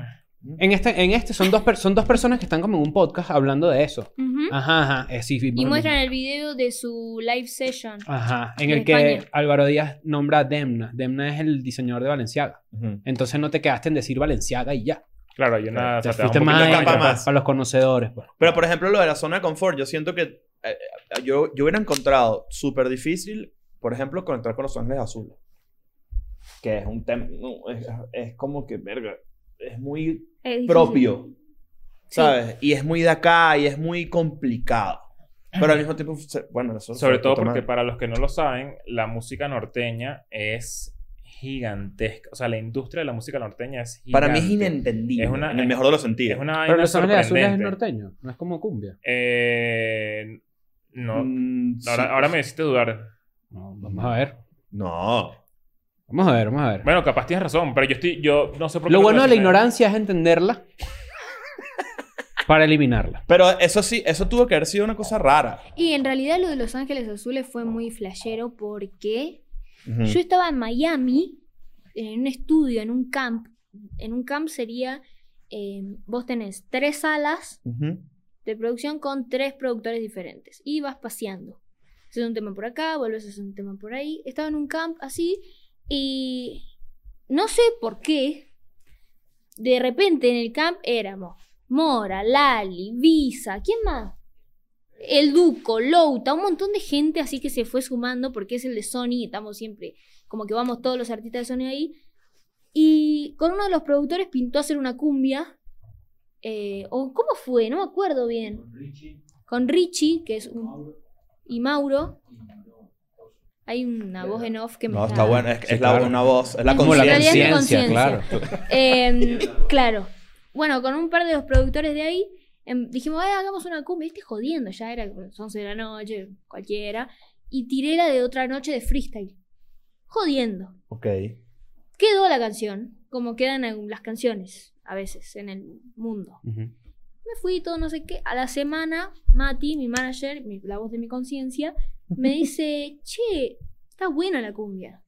B: En este, en este son, dos per- son dos personas que están como en un podcast hablando de eso.
C: Ujú.
B: Ajá, ajá. eh, sí, sí,
C: Y muestran el video de su live session.
B: Ajá, en
C: de
B: el que
C: España.
B: Álvaro Díaz nombra a Demna. Demna es el diseñador de Valenciaga.
A: Ujú.
B: Entonces no te quedaste en decir Valenciaga y ya.
D: Claro, hay una... o
B: te
D: sea, te baja
B: fuiste
D: un
B: más,
D: poquito
A: allá.
D: la
B: para,
D: capa.
A: más.
B: para los conocedores. pues.
A: Pero, por ejemplo, lo de la zona de confort, yo siento que eh, eh, yo, yo hubiera encontrado súper difícil, por ejemplo, conectar con Los Ángeles Azules. Que es un tema, no, es, es como que, verga, es muy
C: Es difícil.
A: propio,
C: Sí.
A: ¿sabes? Y es muy de acá y es muy complicado. Pero al mismo tiempo, se- bueno, eso-
D: Sobre todo
A: puta
D: porque
A: madre.
D: para los que no lo saben, la música norteña es gigantesca. O sea, la industria de la música norteña es gigante.
A: Para mí es inentendible,
D: Es una-
A: en el
D: es-
A: mejor de los sentidos.
D: Es una vaina
B: Pero Los Ángeles Azules es
D: sorprendente.
B: norteño, no es como cumbia.
D: Eh, no.
A: Mm,
D: ahora,
A: sí.
D: ahora me hiciste dudar.
B: No, vamos a ver.
A: No.
B: Vamos a ver, vamos a ver.
D: Bueno, capaz tienes razón, pero yo estoy... Yo no sé por qué...
B: Lo bueno de la
D: relacioné.
B: ignorancia es entenderla para eliminarla.
A: Pero eso sí, eso tuvo que haber sido una cosa rara.
C: Y en realidad lo de Los Ángeles Azules fue muy flashero porque
A: Ujú.
C: Yo estaba en Miami, en un estudio, en un camp. En un camp sería, eh, vos tenés tres salas
A: Ujú.
C: de producción con tres productores diferentes y vas paseando. Haces un tema por acá, vuelves a hacer un tema por ahí. Estaba en un camp así y no sé por qué, de repente en el camp éramos Mora, Lali, Visa, ¿quién más? El Duco, Louta, un montón de gente así que se fue sumando porque es el de Sony, estamos siempre, como que vamos todos los artistas de Sony ahí. Y con uno de los productores pintó hacer una cumbia. eh, o ¿Cómo fue? No me acuerdo bien. Con Richie. que es un... Y Mauro. Hay una voz en off que me
A: No, está bueno. Es,
B: Sí,
A: es la,
B: claro.
A: una voz, es la
B: Como la
C: En realidad es
A: conciencia.
C: la
B: conciencia, claro.
C: conciencia. Eh, claro. Bueno, con un par de los productores de ahí, em, dijimos, "Eh, hagamos una cumbia. Este jodiendo, ya era las 11 de la noche, cualquiera. Y tiré la de otra noche de freestyle. jodiendo.
A: Ok.
C: Quedó la canción, como quedan algún- las canciones a veces en el mundo.
B: Ujú.
C: Me fui todo no sé qué. A la semana, Mati, mi manager, mi- la voz de mi conciencia, me dice, che, está buena la cumbia.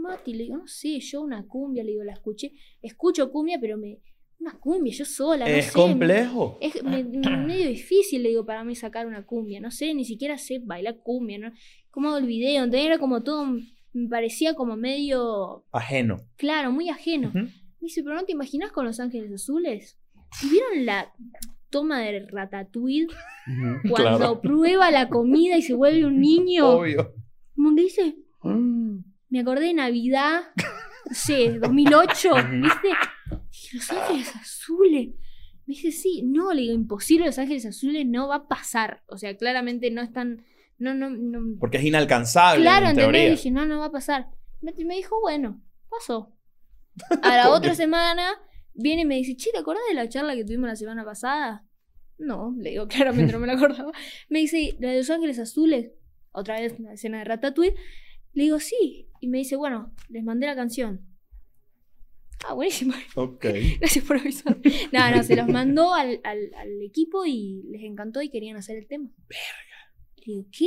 C: Mati, le digo, no sé, yo una cumbia, le digo, la escuché. Escucho cumbia, pero me... Una cumbia, yo sola. no
A: Es
C: sé, me-
A: complejo.
C: es me- me- medio difícil, le digo, para mí sacar una cumbia. No sé, ni siquiera sé bailar cumbia, ¿no? ¿Cómo hago el video? Entonces era como todo, me parecía como medio,
A: Ajeno.
C: claro, muy ajeno.
A: Ujú.
C: Me dice, pero ¿no te imaginas con Los Ángeles Azules? ¿Y ¿Vieron la toma de Ratatouille
B: Ujú.
C: cuando
A: Claro.
C: prueba la comida y se vuelve un niño?
A: Obvio.
C: Como que dice, me acordé de Navidad, no sé, 2008,
B: Ujú.
C: ¿viste? Dije, Los Ángeles Azules. Me dice, sí, no, le digo, imposible, Los Ángeles Azules no va a pasar. O sea, claramente no están, no, no, no.
A: Porque es inalcanzable.
C: Claro,
A: en
C: ¿entendés?
A: teoría.
C: Dije, no, no va a pasar. Me, me dijo, bueno, pasó. A la otra semana viene y me dice, che, ¿te acordás de la charla que tuvimos la semana pasada? No, le digo, claramente no me la acordaba. Me dice, la de Los Ángeles Azules, otra vez una escena de Ratatouille. Le digo, sí. Y me dice, bueno, les mandé la canción. Ah, buenísimo.
A: Ok.
C: Gracias por avisar. No, no, se los mandó al, al- al equipo y les encantó y querían hacer el tema. Verga. Le digo, ¿qué?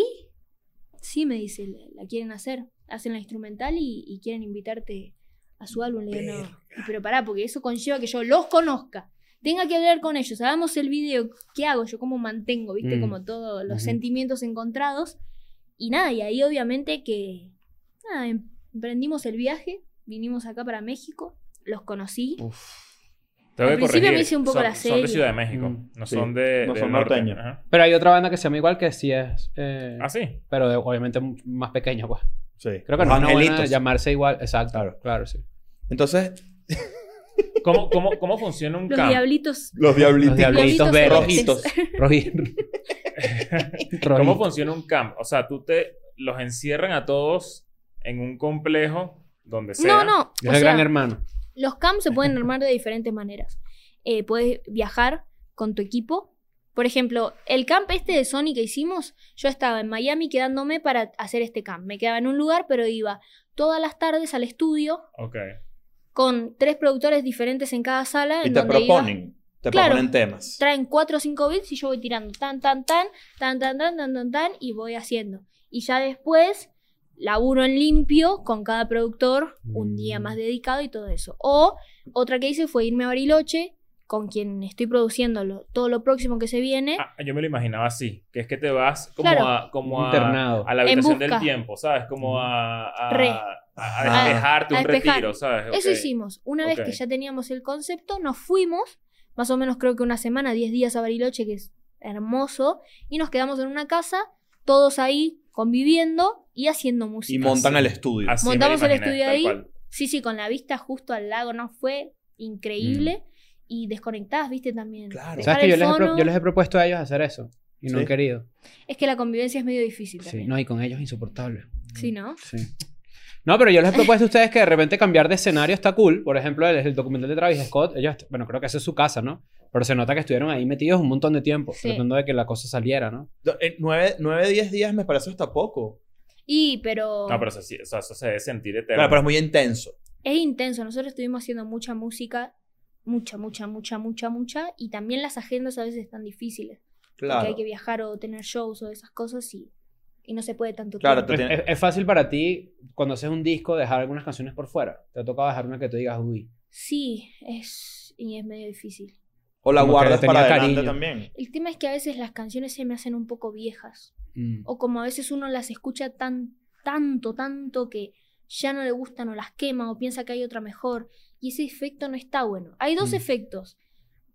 C: Sí, me dice, la, la quieren hacer. Hacen la instrumental y, y quieren invitarte a su álbum. Le digo, no. Y, Pero pará, porque eso conlleva que yo los conozca. Tenga que hablar con ellos, hagamos el video. ¿Qué hago? Yo cómo mantengo, viste,
B: Mm.
C: como todos los
B: Ujú.
C: sentimientos encontrados. Y nada, y ahí obviamente que nada, em- emprendimos el viaje, vinimos acá para México, los conocí.
D: Tengo
C: Al
D: que
C: principio
D: corregir.
C: me hice un poco
D: son,
C: la
D: Son de
C: serie.
D: Ciudad de México.
B: Mm,
D: No
A: sí.
D: son de.
A: No
D: del
A: son
D: norte.
A: norteños.
D: Ajá.
B: Pero hay otra banda que se llama igual que sí es. eh,
D: Ah, sí.
B: Pero de- obviamente m- más pequeña, pues.
A: Sí.
B: Creo que
A: Los
B: no es una buena
A: angelitos.
B: llamarse igual. Exacto.
A: Claro.
B: Claro, sí.
A: Entonces,
D: ¿Cómo, cómo, cómo funciona un
C: Los
D: campo?
C: diablitos.
A: los diablitos.
B: Los diablitos
C: Diablitos
B: verdes.
A: Rojitos.
B: Rojitos.
D: ¿Cómo funciona un camp? O sea, tú te los encierran a todos en un complejo donde sea.
C: No, no.
B: Es
C: o
B: el
C: sea,
B: gran hermano.
C: los camps se pueden armar de diferentes maneras. Eh, puedes viajar con tu equipo. Por ejemplo, el camp este de Sony que hicimos, yo estaba en Miami quedándome para hacer este camp. Me quedaba en un lugar, pero iba todas las tardes al estudio
D: Ok.
C: con tres productores diferentes en cada sala.
A: Y
C: en
A: te
C: donde iba-
A: proponen. Te
C: Claro.
A: proponen temas.
C: traen cuatro o cinco bits y yo voy tirando tan, tan, tan, tan, tan, tan, tan, tan, tan, y voy haciendo. Y ya después laburo en limpio con cada productor, un día
B: Mm.
C: más dedicado y todo eso. O otra que hice fue irme a Bariloche, con quien estoy produciendo lo- todo lo próximo que se viene.
D: Ah, yo me lo imaginaba así, que es que te vas como
C: Claro.
D: a como
B: Un
D: a,
B: internado.
D: a la habitación
C: En
D: del
C: busca.
D: tiempo, ¿sabes?
A: Mm.
D: Como a, a,
C: Re. Ah,
D: a- a
A: Ajá.
D: despejarte
C: A
D: un
C: despejar.
D: retiro, ¿sabes?
C: Eso
D: Ok.
C: hicimos. Una
D: Ok.
C: vez que ya teníamos el concepto, nos fuimos, más o menos creo que una semana, 10 días a Bariloche, que es hermoso, y nos quedamos en una casa, todos ahí conviviendo y haciendo música.
A: Y montan el estudio.
D: Así me lo
C: Montamos el
D: imaginé,
C: estudio
D: tal
C: ahí.
D: cual.
C: Sí, sí, con la vista justo al lago, ¿no? Fue increíble. Y desconectás, viste, también.
A: Claro.
C: Dejar
B: Mm. ¿Sabes que
C: el
B: yo les, he pro-
C: fono.
B: yo les he propuesto a ellos hacer eso? Y no
A: Sí.
B: han querido.
C: Es que la convivencia es medio difícil
B: Sí,
C: también.
B: no, y con ellos es insoportable.
C: Sí, ¿no?
B: Sí. No, pero yo les he propuesto a ustedes que de repente cambiar de escenario está cool. Por ejemplo, el, el documental de Travis Scott, ellos, est- bueno, creo que esa es su casa, ¿no? Pero se nota que estuvieron ahí metidos un montón de tiempo,
C: Sí.
B: tratando de que la cosa saliera, ¿no?
A: En eh, Nueve, nueve, diez días me parece hasta poco.
C: Y, pero,
D: No, pero eso, sí- o sea, eso se debe sentir eterno.
A: Claro, pero es muy intenso.
C: es intenso. Nosotros estuvimos haciendo mucha música, mucha, mucha, mucha, mucha, mucha. Y también las agendas a veces están difíciles. Porque
A: Claro.
C: hay que viajar o tener shows o esas cosas y, y no se puede tanto
A: Claro,
C: tiempo.
A: Tú
B: Es,
A: tienes-
B: es- es fácil para ti, cuando haces un disco, dejar algunas canciones por fuera. Te ha tocado dejar una que tú digas, uy.
C: Sí, es, y es medio difícil.
A: O la
B: Como que
A: guardas
B: le tenía
A: para adelante
B: cariño.
A: también.
C: El tema es que a veces las canciones se me hacen un poco viejas.
B: mm,
C: o como a veces uno las escucha tan tanto, tanto que ya no le gustan o las quema o piensa que hay otra mejor y ese efecto no está bueno. Hay dos
B: Mm.
C: efectos.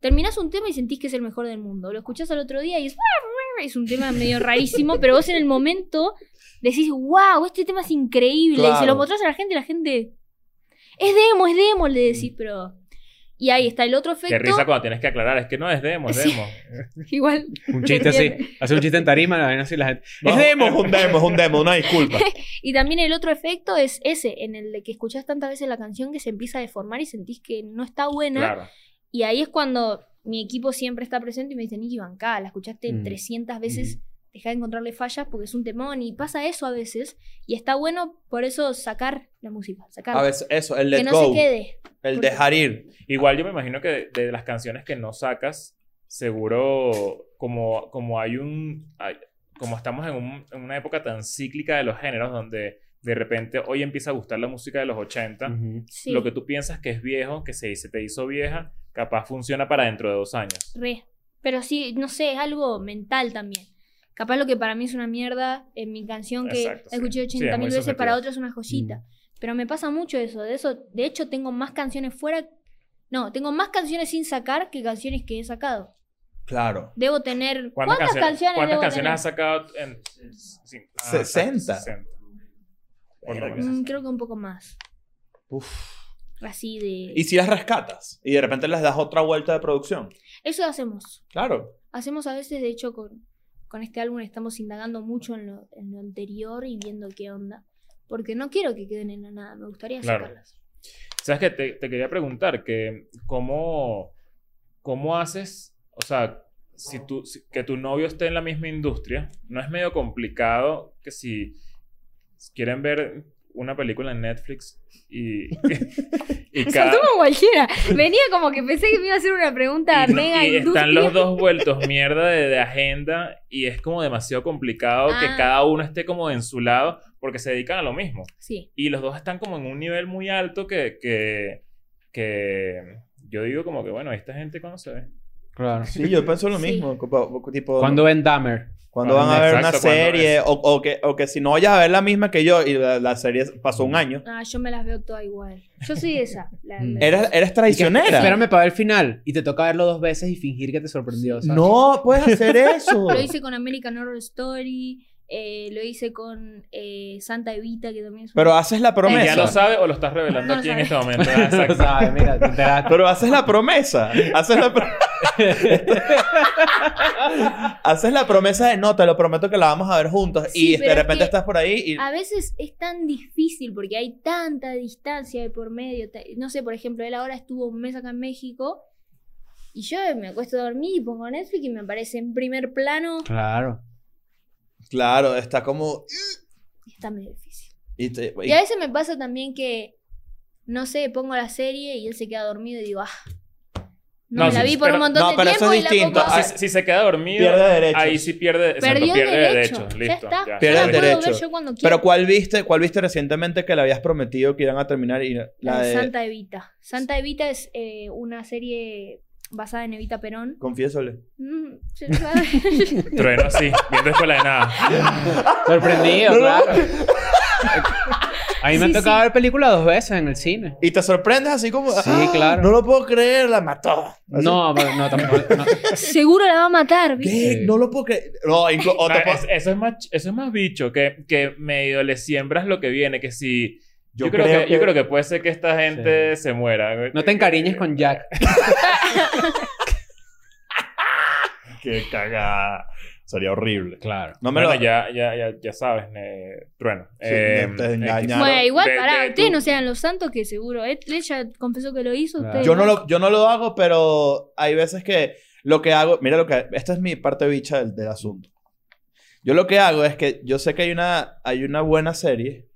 C: Terminás un tema y sentís que es el mejor del mundo. Lo escuchás al otro día y es, es un tema medio rarísimo, pero vos en el momento decís, wow, este tema es increíble. Y se
A: Claro.
C: lo mostrás a la gente y la gente, es demo, es demo, le decís, pero... Y ahí está el otro
D: Qué risa
C: efecto.
D: cuando tienes que aclarar, es que no es demo, es
C: Sí.
D: demo.
C: Igual
B: Un chiste así. Hace un chiste en tarima, la vaina así la gente. ¡Es demo!
A: Es un demo, es un demo, una disculpa.
C: Y también el otro efecto es ese, en el de que escuchás tantas veces la canción que se empieza a deformar y sentís que no está buena.
D: Claro.
C: Y ahí es cuando mi equipo siempre está presente y me dice, Nicky, bancá, la escuchaste
B: Mm.
C: 300 veces, deja de encontrarle fallas porque es un temón y pasa eso a veces. Y está bueno por eso sacar la música, sacar.
A: A veces eso, el
C: que
A: let
C: no
A: go,
C: se quede.
A: el
C: porque-
A: dejar ir.
D: Igual yo me imagino que de, de las canciones que no sacas, seguro como, como hay un... hay- como estamos en, un- en una época tan cíclica de los géneros donde de repente hoy empieza a gustar la música de los 80,
B: Ujú.
C: Sí,
D: lo que tú piensas que es viejo, que se, se te hizo vieja, capaz funciona para dentro de dos años.
C: re. Pero sí, no sé, es algo mental también. Capaz lo que para mí es una mierda en mi canción que
D: Exacto,
C: la escuché
D: sí. Sí, es
C: 80
D: muy
C: mil veces,
D: subjetivo. Mm.
C: para otros es una joyita. Pero me pasa mucho eso. De eso, de hecho, tengo más canciones fuera. No, tengo más canciones sin sacar que canciones que he sacado.
A: Claro.
C: Debo tener.
D: ¿Cuántas, canciones, cuántas
C: debo
D: canciones
C: tener?
D: has sacado? En, sí, ah,
A: 60.
D: 60. Por lo
A: Verga.
D: menos.
C: Mm, creo que un poco más.
A: Uf.
C: Así de.
A: Y si las rescatas y de repente les das otra vuelta de producción.
C: Eso hacemos.
A: Claro.
C: Hacemos a veces, de hecho, con, con este álbum estamos indagando mucho en lo, en lo anterior y viendo qué onda. Porque no quiero que queden en la nada, me gustaría
D: Claro.
C: sacarlas.
D: ¿Sabes qué? Te, te quería preguntar que cómo, cómo haces, o sea, si tú, si- que tu novio esté en la misma industria, ¿no es medio complicado que si quieren ver una película en Netflix y, y
C: Me
D: cada-
C: saltó como cualquiera. Venía como que pensé que me iba a hacer una pregunta
D: y no-
C: mega
D: y
C: industria.
D: están los dos vueltos mierda de, de agenda y es como demasiado complicado que
C: Ah.
D: cada uno esté como en su lado porque se dedican a lo mismo.
C: Sí,
D: Y los dos están como en un nivel muy alto que, que, que yo digo como que, bueno, esta gente cuando se ve.
B: Claro.
A: Sí, yo pienso lo
C: Sí.
A: mismo. Tipo, tipo,
B: Cuando ven Dahmer.
A: cuando van a
D: Cuando-
A: ver
D: exacto,
A: una
D: cuando
A: serie
D: es.
A: o, o que, o que si no vayas a ver la misma que yo y la, la serie pasó un año.
C: ah, yo me las veo todas igual. Yo soy esa. la-
B: Mm.
C: la-
A: Eres, eres
B: Y que-
A: traicionera.
B: Espérame para ver el final. Y te toca verlo dos veces y fingir que te sorprendió. ¿sabes?
A: no puedes hacer eso.
C: Lo hice con American Horror Story, eh, lo hice con eh, Santa Evita, que también es
A: Pero
C: una-
A: haces la
D: ¿Y ya lo
A: promesa.
D: sabe o lo estás revelando
C: No lo
D: aquí en
C: sabe.
D: este momento? Ah,
B: O
D: exacto.
B: sea, mira, te enteraste.
A: Pero haces la promesa. Haces la, pro- haces la promesa de no, te lo prometo que la vamos a ver juntos.
C: Sí,
A: y de
C: pero es
A: repente
C: que-
A: estás por ahí y.
C: A veces es tan difícil porque hay tanta distancia de por medio. ta- No sé, por ejemplo, él ahora estuvo un mes acá en México y yo me acuesto a dormir y pongo Netflix y me aparece en primer plano.
B: Claro.
A: Claro, está como.
C: Está medio difícil.
A: y te- y-
C: Y a veces me pasa también que, no sé, pongo la serie y él se queda dormido y digo, ah, no,
D: No,
C: me la
D: sí,
C: vi por
D: pero-
C: un montón
A: no,
C: de
A: pero eso
C: tiempo
A: es
C: y la
A: distinto.
C: pongo-
A: Ah,
D: Si, si se queda dormido,
A: Pierde derechos.
D: ahí sí pierde, exacto,
C: Perdió el
D: pierde
C: derecho.
D: derechos.
C: ya
D: Listo.
C: está.
D: ya.
A: Pierde
C: yo la
A: el
C: puedo
A: derecho.
C: ver yo cuando quiera.
A: Pero ¿cuál viste, cuál viste recientemente que le habías prometido que iban a terminar y la de
C: Santa Evita. Santa Evita es eh, una serie eh, basada en Evita Perón.
A: Confiésole.
C: Mm, se sabe.
D: Trueno así, viendo escuela de nada.
B: Sorprendido,
A: No, no.
B: claro. A mí me
C: Sí,
B: ha tocado
C: sí.
B: ver películas dos veces en el cine.
A: Y te sorprendes así como
B: Sí,
A: "Ah,
B: claro.
A: No lo puedo creer, la mató. Así,
B: No, pero no, tampoco. no.
C: Seguro la va a matar, ¿viste?
A: ¿Qué?
B: Sí.
A: No lo puedo creer. No, inclu- o te
D: Ah,
A: puedo-
D: es- eso, es más, ch- eso es más bicho, que, que medio le siembras lo que viene, que si... Yo, creo, que, yo creo que puede ser que esta gente se muera.
B: No te encariñes con Jack.
A: Qué cagada. Sería horrible.
B: Claro.
A: No me
D: bueno,
A: lo.
D: ya, ya, ya, ya sabes, eh, Trueno.
A: Sí,
D: Eh,
A: te
D: X.
A: engañaron.
C: Bueno, igual,
D: De-
C: pará,
D: de
C: ustedes
D: tu-
C: no sean los santos que seguro. Él, él ya confesó que lo hizo.
B: Claro.
C: ustedes
A: Yo no lo, yo no lo hago, pero hay veces que lo que hago, mira lo que, esta es mi parte bicha del, del asunto. Yo lo que hago es que yo sé que hay una, hay una buena serie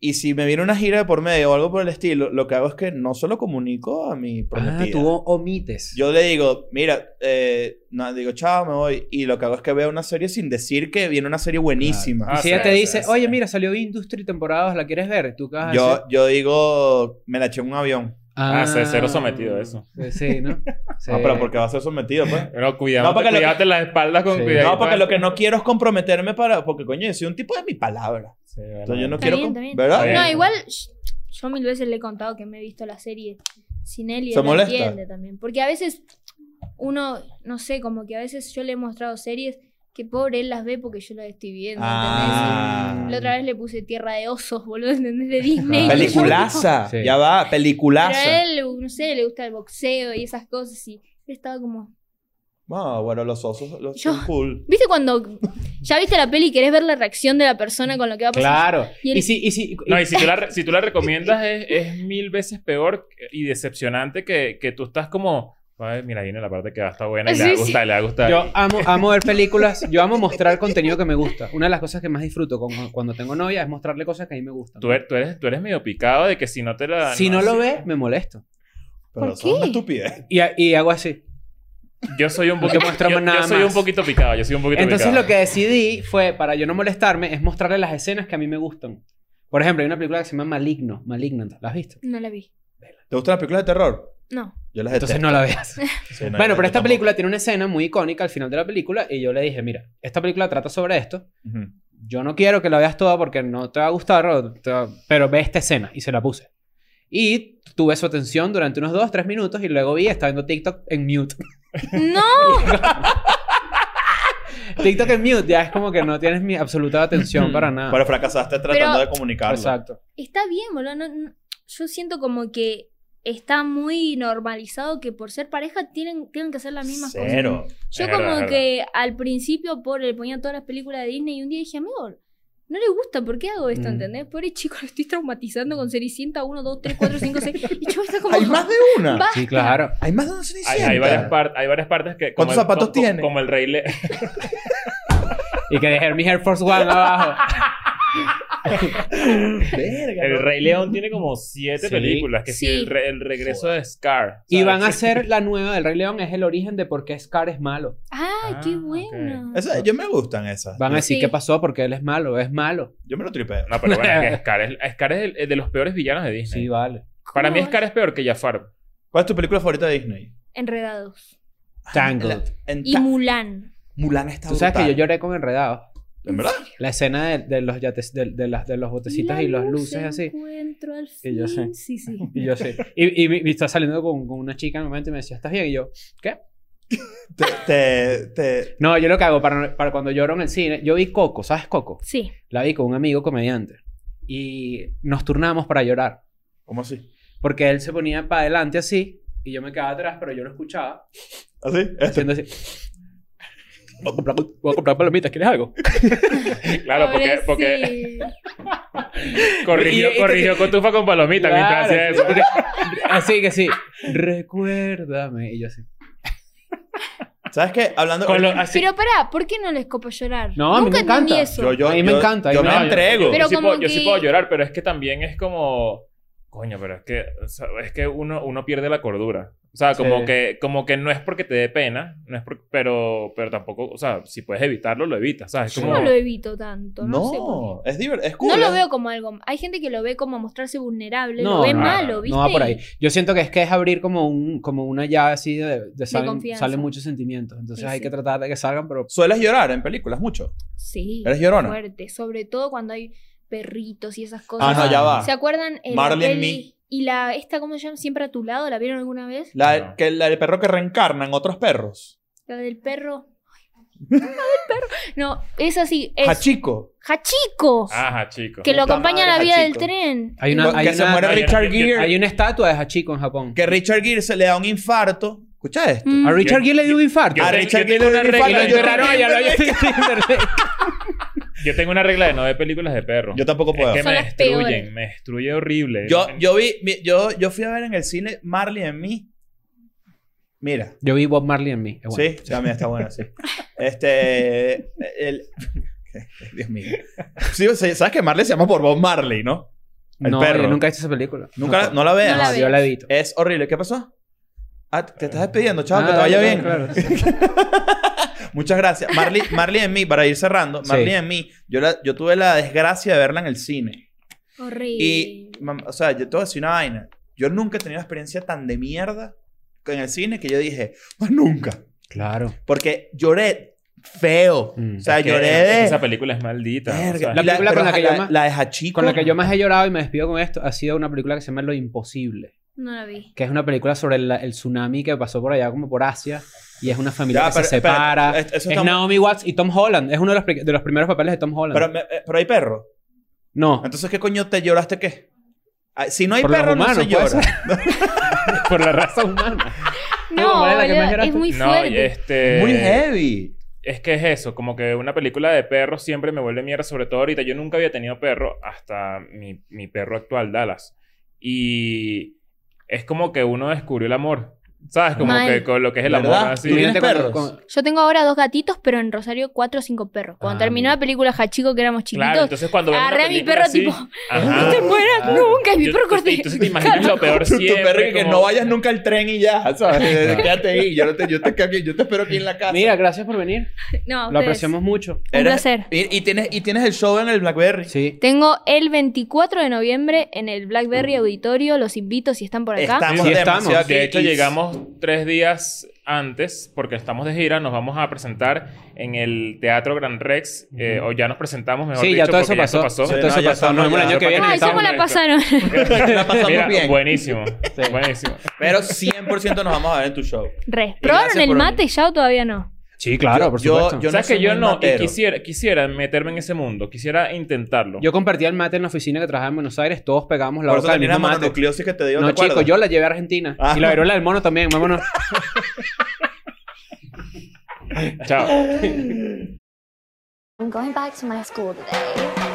A: y si me viene una gira de por medio o algo por el estilo, lo que hago es que no se lo comunico a mi
B: Ah,
A: prometida.
B: tú o- omites.
A: Yo le digo, mira, eh, no, digo, chao, me voy. Y lo que hago es que veo una serie sin decir que viene una serie buenísima.
D: Ah,
B: y si
D: sí,
B: ella te
D: sí,
B: dice,
D: sí.
B: oye, mira, salió Industry temporada 2, ¿la quieres ver? ¿Tú qué vas a
A: yo,
B: hacer?
A: yo digo, me la eché en un avión.
D: Ah, sí, cero sometido eso.
B: eh, Sí, ¿no? Sí.
A: No, Ah, pero porque va a ser sometido, pues.
D: Pero cuidado,
A: No, porque lo-
D: cuídate las espaldas con
B: Sí. pues.
D: cuidado.
A: No, porque lo que no quiero es comprometerme para. Porque, coño, yo soy un tipo de mi palabra.
D: Sí, bueno.
A: Entonces, yo no
C: Está
A: quiero.
C: bien,
A: com-
C: está bien.
A: ¿Verdad?
D: Está bien.
C: No, igual sh- yo mil veces le he contado que me he visto la serie sin él y
A: ¿Se
C: él lo
A: molesta?
C: entiende también. Porque a veces uno, no sé, como que a veces yo le he mostrado series que pobre él las ve porque yo las estoy viendo, ¿entendés?
A: Ah.
C: Y La otra vez le puse Tierra de Osos, boludo, ¿entendés? De Disney.
B: Claro.
A: Peliculaza.
B: Sí.
A: Ya va,
C: Pero a
A: peliculaza.
C: él, no sé, le gusta el boxeo y esas cosas y él estaba como...
A: No, bueno, los osos los
C: Yo-
A: son cool.
C: ¿Viste cuando ya viste la peli y querés ver la reacción de la persona con lo que va a pasar?
B: Claro.
C: Y el-
B: Y si, y si, y-
D: No, y si tú la, re- si tú la recomiendas es, es mil veces peor y decepcionante que, que tú estás como Ay, mira, ahí viene la parte que va a estar buena y le
C: Sí,
D: va a
C: sí.
D: gustar, le va a gustar.
B: Yo amo, amo ver películas, yo amo mostrar contenido que me gusta. Una de las cosas que más disfruto con- cuando tengo novia es mostrarle cosas que a mí me gustan.
D: Tú, er- tú eres, tú eres medio picado de que si no te la...
B: si no lo
D: sí.
B: ves, me molesto.
A: Pero
C: ¿Por
A: eso es una
C: qué?
A: estupidez.
B: Y, a- y hago así.
D: Yo soy un
B: No te
D: poquito...
B: muestro
D: yo,
B: nada
D: yo soy
B: más.
D: un poquito picado, yo soy un poquito
B: Entonces
D: picado.
B: lo que decidí fue, para yo no molestarme, es mostrarle las escenas que a mí me gustan. Por ejemplo, hay una película que se llama Maligno, Malignant. ¿La has visto?
C: No la vi.
A: ¿Te gustan las películas de terror?
C: No.
A: Yo las
B: Entonces no la veas.
A: detesto. Sí, no,
B: Bueno,
A: yo
B: pero esta
A: tampoco.
B: película tiene una escena muy icónica al final de la película y yo le dije, mira, esta película trata sobre esto.
A: Ujú.
B: Yo no quiero que la veas toda porque no te va a gustar, o te va- pero ve esta escena y se la puse. Y tuve su atención durante unos 2, 3 minutos y luego vi, estaba viendo TikTok en mute.
C: ¡No!
B: TikTok en mute ya es como que no tienes mi absoluta atención Mm, para nada.
A: Pero fracasaste tratando
C: Pero-
A: de comunicarlo.
B: Exacto.
C: Está bien, boludo. no- no- yo siento como que está muy normalizado que por ser pareja tienen, tienen que hacer las mismas cosas.
A: Cero.
C: Yo
D: Es
C: como
D: verdad, es
C: que al principio por le ponía todas las películas de Disney y un día dije, amigo, no le gusta, ¿por qué hago esto?
B: Mm.
C: ¿Entendés? Pobre chico, lo estoy traumatizando con Cenicienta 1, 2, 3, 4, 5, 6. Y yo está como...
A: Hay más de una.
C: Basta.
B: Sí, claro.
A: Hay más de una
D: Hay,
A: cenicienta.
D: hay varias par- hay varias partes que... como
A: ¿Cuántos
D: el-
A: zapatos
D: co- co-
A: tiene?
D: Como el rey le...
B: Y que dejé mi Air Force One abajo.
A: Verga,
D: El
A: ¿no?
D: Rey León tiene como siete
B: Sí.
D: películas. Que si
C: Sí.
D: el, re- el regreso de Scar.
B: Y
D: ¿sabes?
B: van a ser la nueva del Rey León, es el origen de por qué Scar es malo.
C: ¡Ah, qué
D: Ah, ok.
C: bueno!
A: Esa- yo me gustan esas.
B: Van a decir
C: Sí.
B: qué pasó porque él es malo, es malo.
A: Yo me lo tripeo.
D: No, pero bueno, que Scar es, Scar es el- el de los peores villanos de Disney.
B: Sí, vale.
D: Para
C: ¿Cómo
D: mí
C: vas?
D: Scar es peor que Jafar.
A: ¿Cuál es tu película favorita de Disney?
C: Enredados.
B: Tangled.
A: La- en
C: Y
A: Ta-
C: Mulan.
A: Mulan está
B: Tú sabes que
A: brutal.
B: yo lloré con Enredados.
A: ¿En verdad?
B: La escena de, de los yates, de, de las, de los botecitos
C: La
B: y los
C: luz
B: luces así.
C: encuentro al
B: Y yo
C: fin.
B: sé.
C: Sí, sí.
B: Y yo sí. Y, y, me- me estaba saliendo con, con una chica en un momento y me decía, ¿estás bien? Y yo,
A: Te, te, te-
B: no, yo lo que hago para, para cuando lloro en el cine, yo vi Coco, ¿sabes Coco?
C: Sí.
B: La vi con un amigo comediante. Y nos turnamos para llorar.
A: ¿Cómo así?
B: Porque él se ponía para adelante así y yo me quedaba atrás, pero yo lo escuchaba.
A: ¿Así? Este.
B: Haciendo así. Voy a comprar, voy a comprar palomitas, ¿quieres algo?
D: Claro, porque, porque
C: Pobrecito.
D: corrigió,
B: Y- y-
D: corrigió Cotufa con palomita mientras
B: Claro,
D: hacía eso.
B: Así que sí. Recuérdame. Y yo así.
A: ¿Sabes qué? Hablando...
D: Con lo- así-
C: Pero pará, ¿por qué no les copa llorar?
B: No, a mí me
C: Nunca entendí
B: encanta.
C: eso.
A: Yo, yo,
B: A mí me
A: yo-
B: encanta, a mí
A: Yo
B: me
A: me
D: No, yo-
A: entrego.
D: Yo,
C: Pero
D: sí
C: como
D: puedo, yo sí
C: que-
D: puedo llorar, pero es que también es como... Coño, pero es que... o sea, es que uno, uno pierde la cordura. O sea, como,
B: Sí.
D: que, como que no es porque te dé pena, no es por- pero, pero tampoco... O sea, si puedes evitarlo, lo evitas, ¿sabes?
C: Yo
D: Como-
C: no lo evito tanto. No, sé por qué.
A: No, es divertido. Es cool.
C: No
A: ¿eh?
C: lo veo como algo. Hay gente que lo ve como mostrarse vulnerable,
B: No,
C: lo ve
B: no,
C: malo, ¿viste?
B: No va por ahí. Yo siento que es que es abrir como, un, como una llave así de, de salen,
C: confianza.
B: salen muchos sentimientos. Entonces
C: Sí,
B: hay
C: sí.
B: que tratar de que salgan, pero
A: ¿Sueles llorar en películas mucho?
C: Sí.
A: ¿Eres llorona?
C: Fuerte, sobre todo cuando hay perritos y esas cosas.
A: Ah, no, ya va.
C: ¿Se acuerdan? eh, la
A: Marlene
C: peli- Y la, esta, ¿cómo se llama? Siempre a tu lado, ¿la vieron alguna vez?
A: La,
D: No.
A: que, la del perro que reencarnan otros perros.
C: La del perro. Ay, la del perro. No, es así. Es
A: Hachiko.
C: Hachiko.
A: Ah,
D: Ajá, chicos.
C: que lo
A: puta
C: acompaña a la
A: madre,
C: vía del
A: Hachiko.
C: tren.
B: Hay una-
A: que se muere
D: Ay,
A: Richard
D: yo- yo-
A: Gere.
B: hay una estatua de Hachiko en Japón.
A: Que Richard Gere se le da un infarto. Escucha esto.
C: Mm.
B: A Richard
D: Yo-
B: Gere le dio un
D: yo-
B: infarto.
A: a
D: te-
A: Richard Gere
D: tengo
A: le
D: una
A: dio un
D: regla,
A: infarto. Yo,
D: yo- yo-
A: también-
D: yo-
B: ya lo había
D: Yo tengo una regla de no ver películas de perros.
A: yo tampoco puedo.
D: Es que
C: Son
D: me
C: las peores.
D: destruyen, me destruye horrible.
A: Yo, yo vi, mi- yo, yo fui a ver en el cine Marley en mí. Mira.
B: Yo vi Bob Marley en mí. Es bueno.
A: sí, también está bueno, sí. Este. El, Dios mío. Sí, o sea, ¿Sabes que Marley se llama por Bob Marley, no? El
B: no,
A: perro.
B: yo nunca he visto esa película.
A: Nunca, la-
B: No,
A: no la veas.
C: No la
B: no, yo la edito.
A: Es horrible. ¿Qué pasó? Ah, te estás despidiendo, chao, que
B: Ah,
A: te vaya
B: claro,
A: bien.
B: claro.
A: Muchas gracias. Marley, Marley en mí, para ir cerrando,
B: Sí.
A: Marley en mí, yo, la- yo tuve la desgracia de verla en el cine.
C: Mm. Horrible.
A: Y, mam- o sea, yo te voy a decir una vaina. Yo nunca he tenido una experiencia tan de mierda que en el cine que yo dije, más nunca.
B: Claro.
A: Porque lloré feo.
B: Mm.
A: O sea,
D: Es que
A: lloré de.
D: Esa película es maldita. o
A: Verga.
D: sea,
A: Y
B: La película
A: pero
B: con la que yo
A: la,
B: más-
A: la de Hachiko.
B: Con la que yo más he llorado y me despido con esto ha sido una película que se llama Lo Imposible,
C: No la vi.
B: que es una película sobre la- el tsunami que pasó por allá como por Asia y es una familia
A: Ya,
B: que
A: pero-
B: se
A: espérate,
B: separa.
A: es- eso
B: es
A: está-
B: Naomi Watts y Tom Holland. Es uno de los, pri- de los primeros papeles de Tom Holland.
A: pero, me- eh, pero hay perro.
B: no,
A: Entonces, ¿qué coño te lloraste qué? Ah, Si no hay
B: Por los
A: perro, no se
B: humanos, pues. puede
A: llora.
D: por la raza.
B: humana.
C: No,
B: ¿cuál es la que
C: boludo,
B: más lloraste?
C: es muy
D: No, y
C: fuerte.
B: Eh,
D: este.
A: Muy heavy.
D: Es que es eso, como que una película de perros siempre me vuelve mierda, sobre todo ahorita. Yo nunca había tenido perro hasta mi, mi perro actual, Dallas. Y es como que uno descubrió el amor. ¿Sabes? Como
C: Mal.
D: que con lo que es el amor
A: ¿Verdad?
D: así.
A: ¿Tú tienes
B: Imagínate cuando-
A: perros?
B: cuando-
C: Yo tengo ahora dos gatitos, pero en Rosario cuatro o cinco perros. Cuando
B: Ah,
C: terminó
B: mira.
C: la película Hachico, que éramos chiquitos,
D: Claro, entonces cuando vemos una
C: agarré a mi
D: película
C: perro
D: así,
C: tipo, este
D: Ajá.
C: no te mueras
A: Ah.
C: nunca, y mi
D: Yo-
C: perro
D: entonces-
C: corté.
D: Entonces te imaginas lo peor
A: Tu, tu
D: siempre.
A: perro y que
D: como-
A: no vayas nunca al tren y ya, ¿sabes? Quédate ahí, yo, no te, yo, te, quedo aquí, yo te espero aquí en la casa.
B: Mira, gracias por venir.
C: No, a
B: Lo
C: ustedes.
B: apreciamos mucho.
C: Un
A: Eres-
C: placer.
A: Y, y tienes, y tienes el show en el Blackberry.
B: Sí.
C: Tengo el 24 de noviembre en el Blackberry Auditorio. Los invito si están por acá.
A: Estamos
B: Sí, sí,
A: demasiado
B: estamos.
A: aquí.
D: De hecho,
A: Y-
D: llegamos tres días antes, porque estamos de gira, nos vamos a presentar en el Teatro Gran Rex, eh,
B: Ujú.
D: o ya nos presentamos, mejor
B: Sí,
D: dicho,
B: ya todo
D: porque
B: eso pasó.
A: Sí,
B: Ya todo
A: no,
B: eso
A: ya
B: pasó.
A: estamos,
B: Nos vemos el
A: ya.
B: año que viene.
C: Ay, ¿cómo
B: estamos-
C: Ah, la pasaron?
A: La pasamos
D: Mira,
A: bien.
D: buenísimo,
B: Sí.
D: buenísimo.
A: Pero 1100% nos vamos a ver en tu show.
C: Re.
A: Y
C: ¿Probaron
A: gracias
C: el
A: por
C: mate ya o todavía no?
B: Sí, claro,
A: Yo-
B: por
A: yo-
B: supuesto.
A: yo
B: Yo,
A: no
D: ¿Sabes que
A: soy
D: yo
A: muy
D: no? Y
A: matero.
D: quisiera, quisiera meterme en ese mundo, quisiera intentarlo.
B: compartía el mate en la oficina que trabajaba en Buenos Aires. Todos pegábamos la
A: Por eso
B: boca del
A: también la
B: mismo mate.
A: mononucleosis que te dio.
B: No, chico, yo la llevé a Argentina.
A: Ah.
B: Y la viruela del mono también, vámonos.
D: Chao.
E: I'm going back to my school today.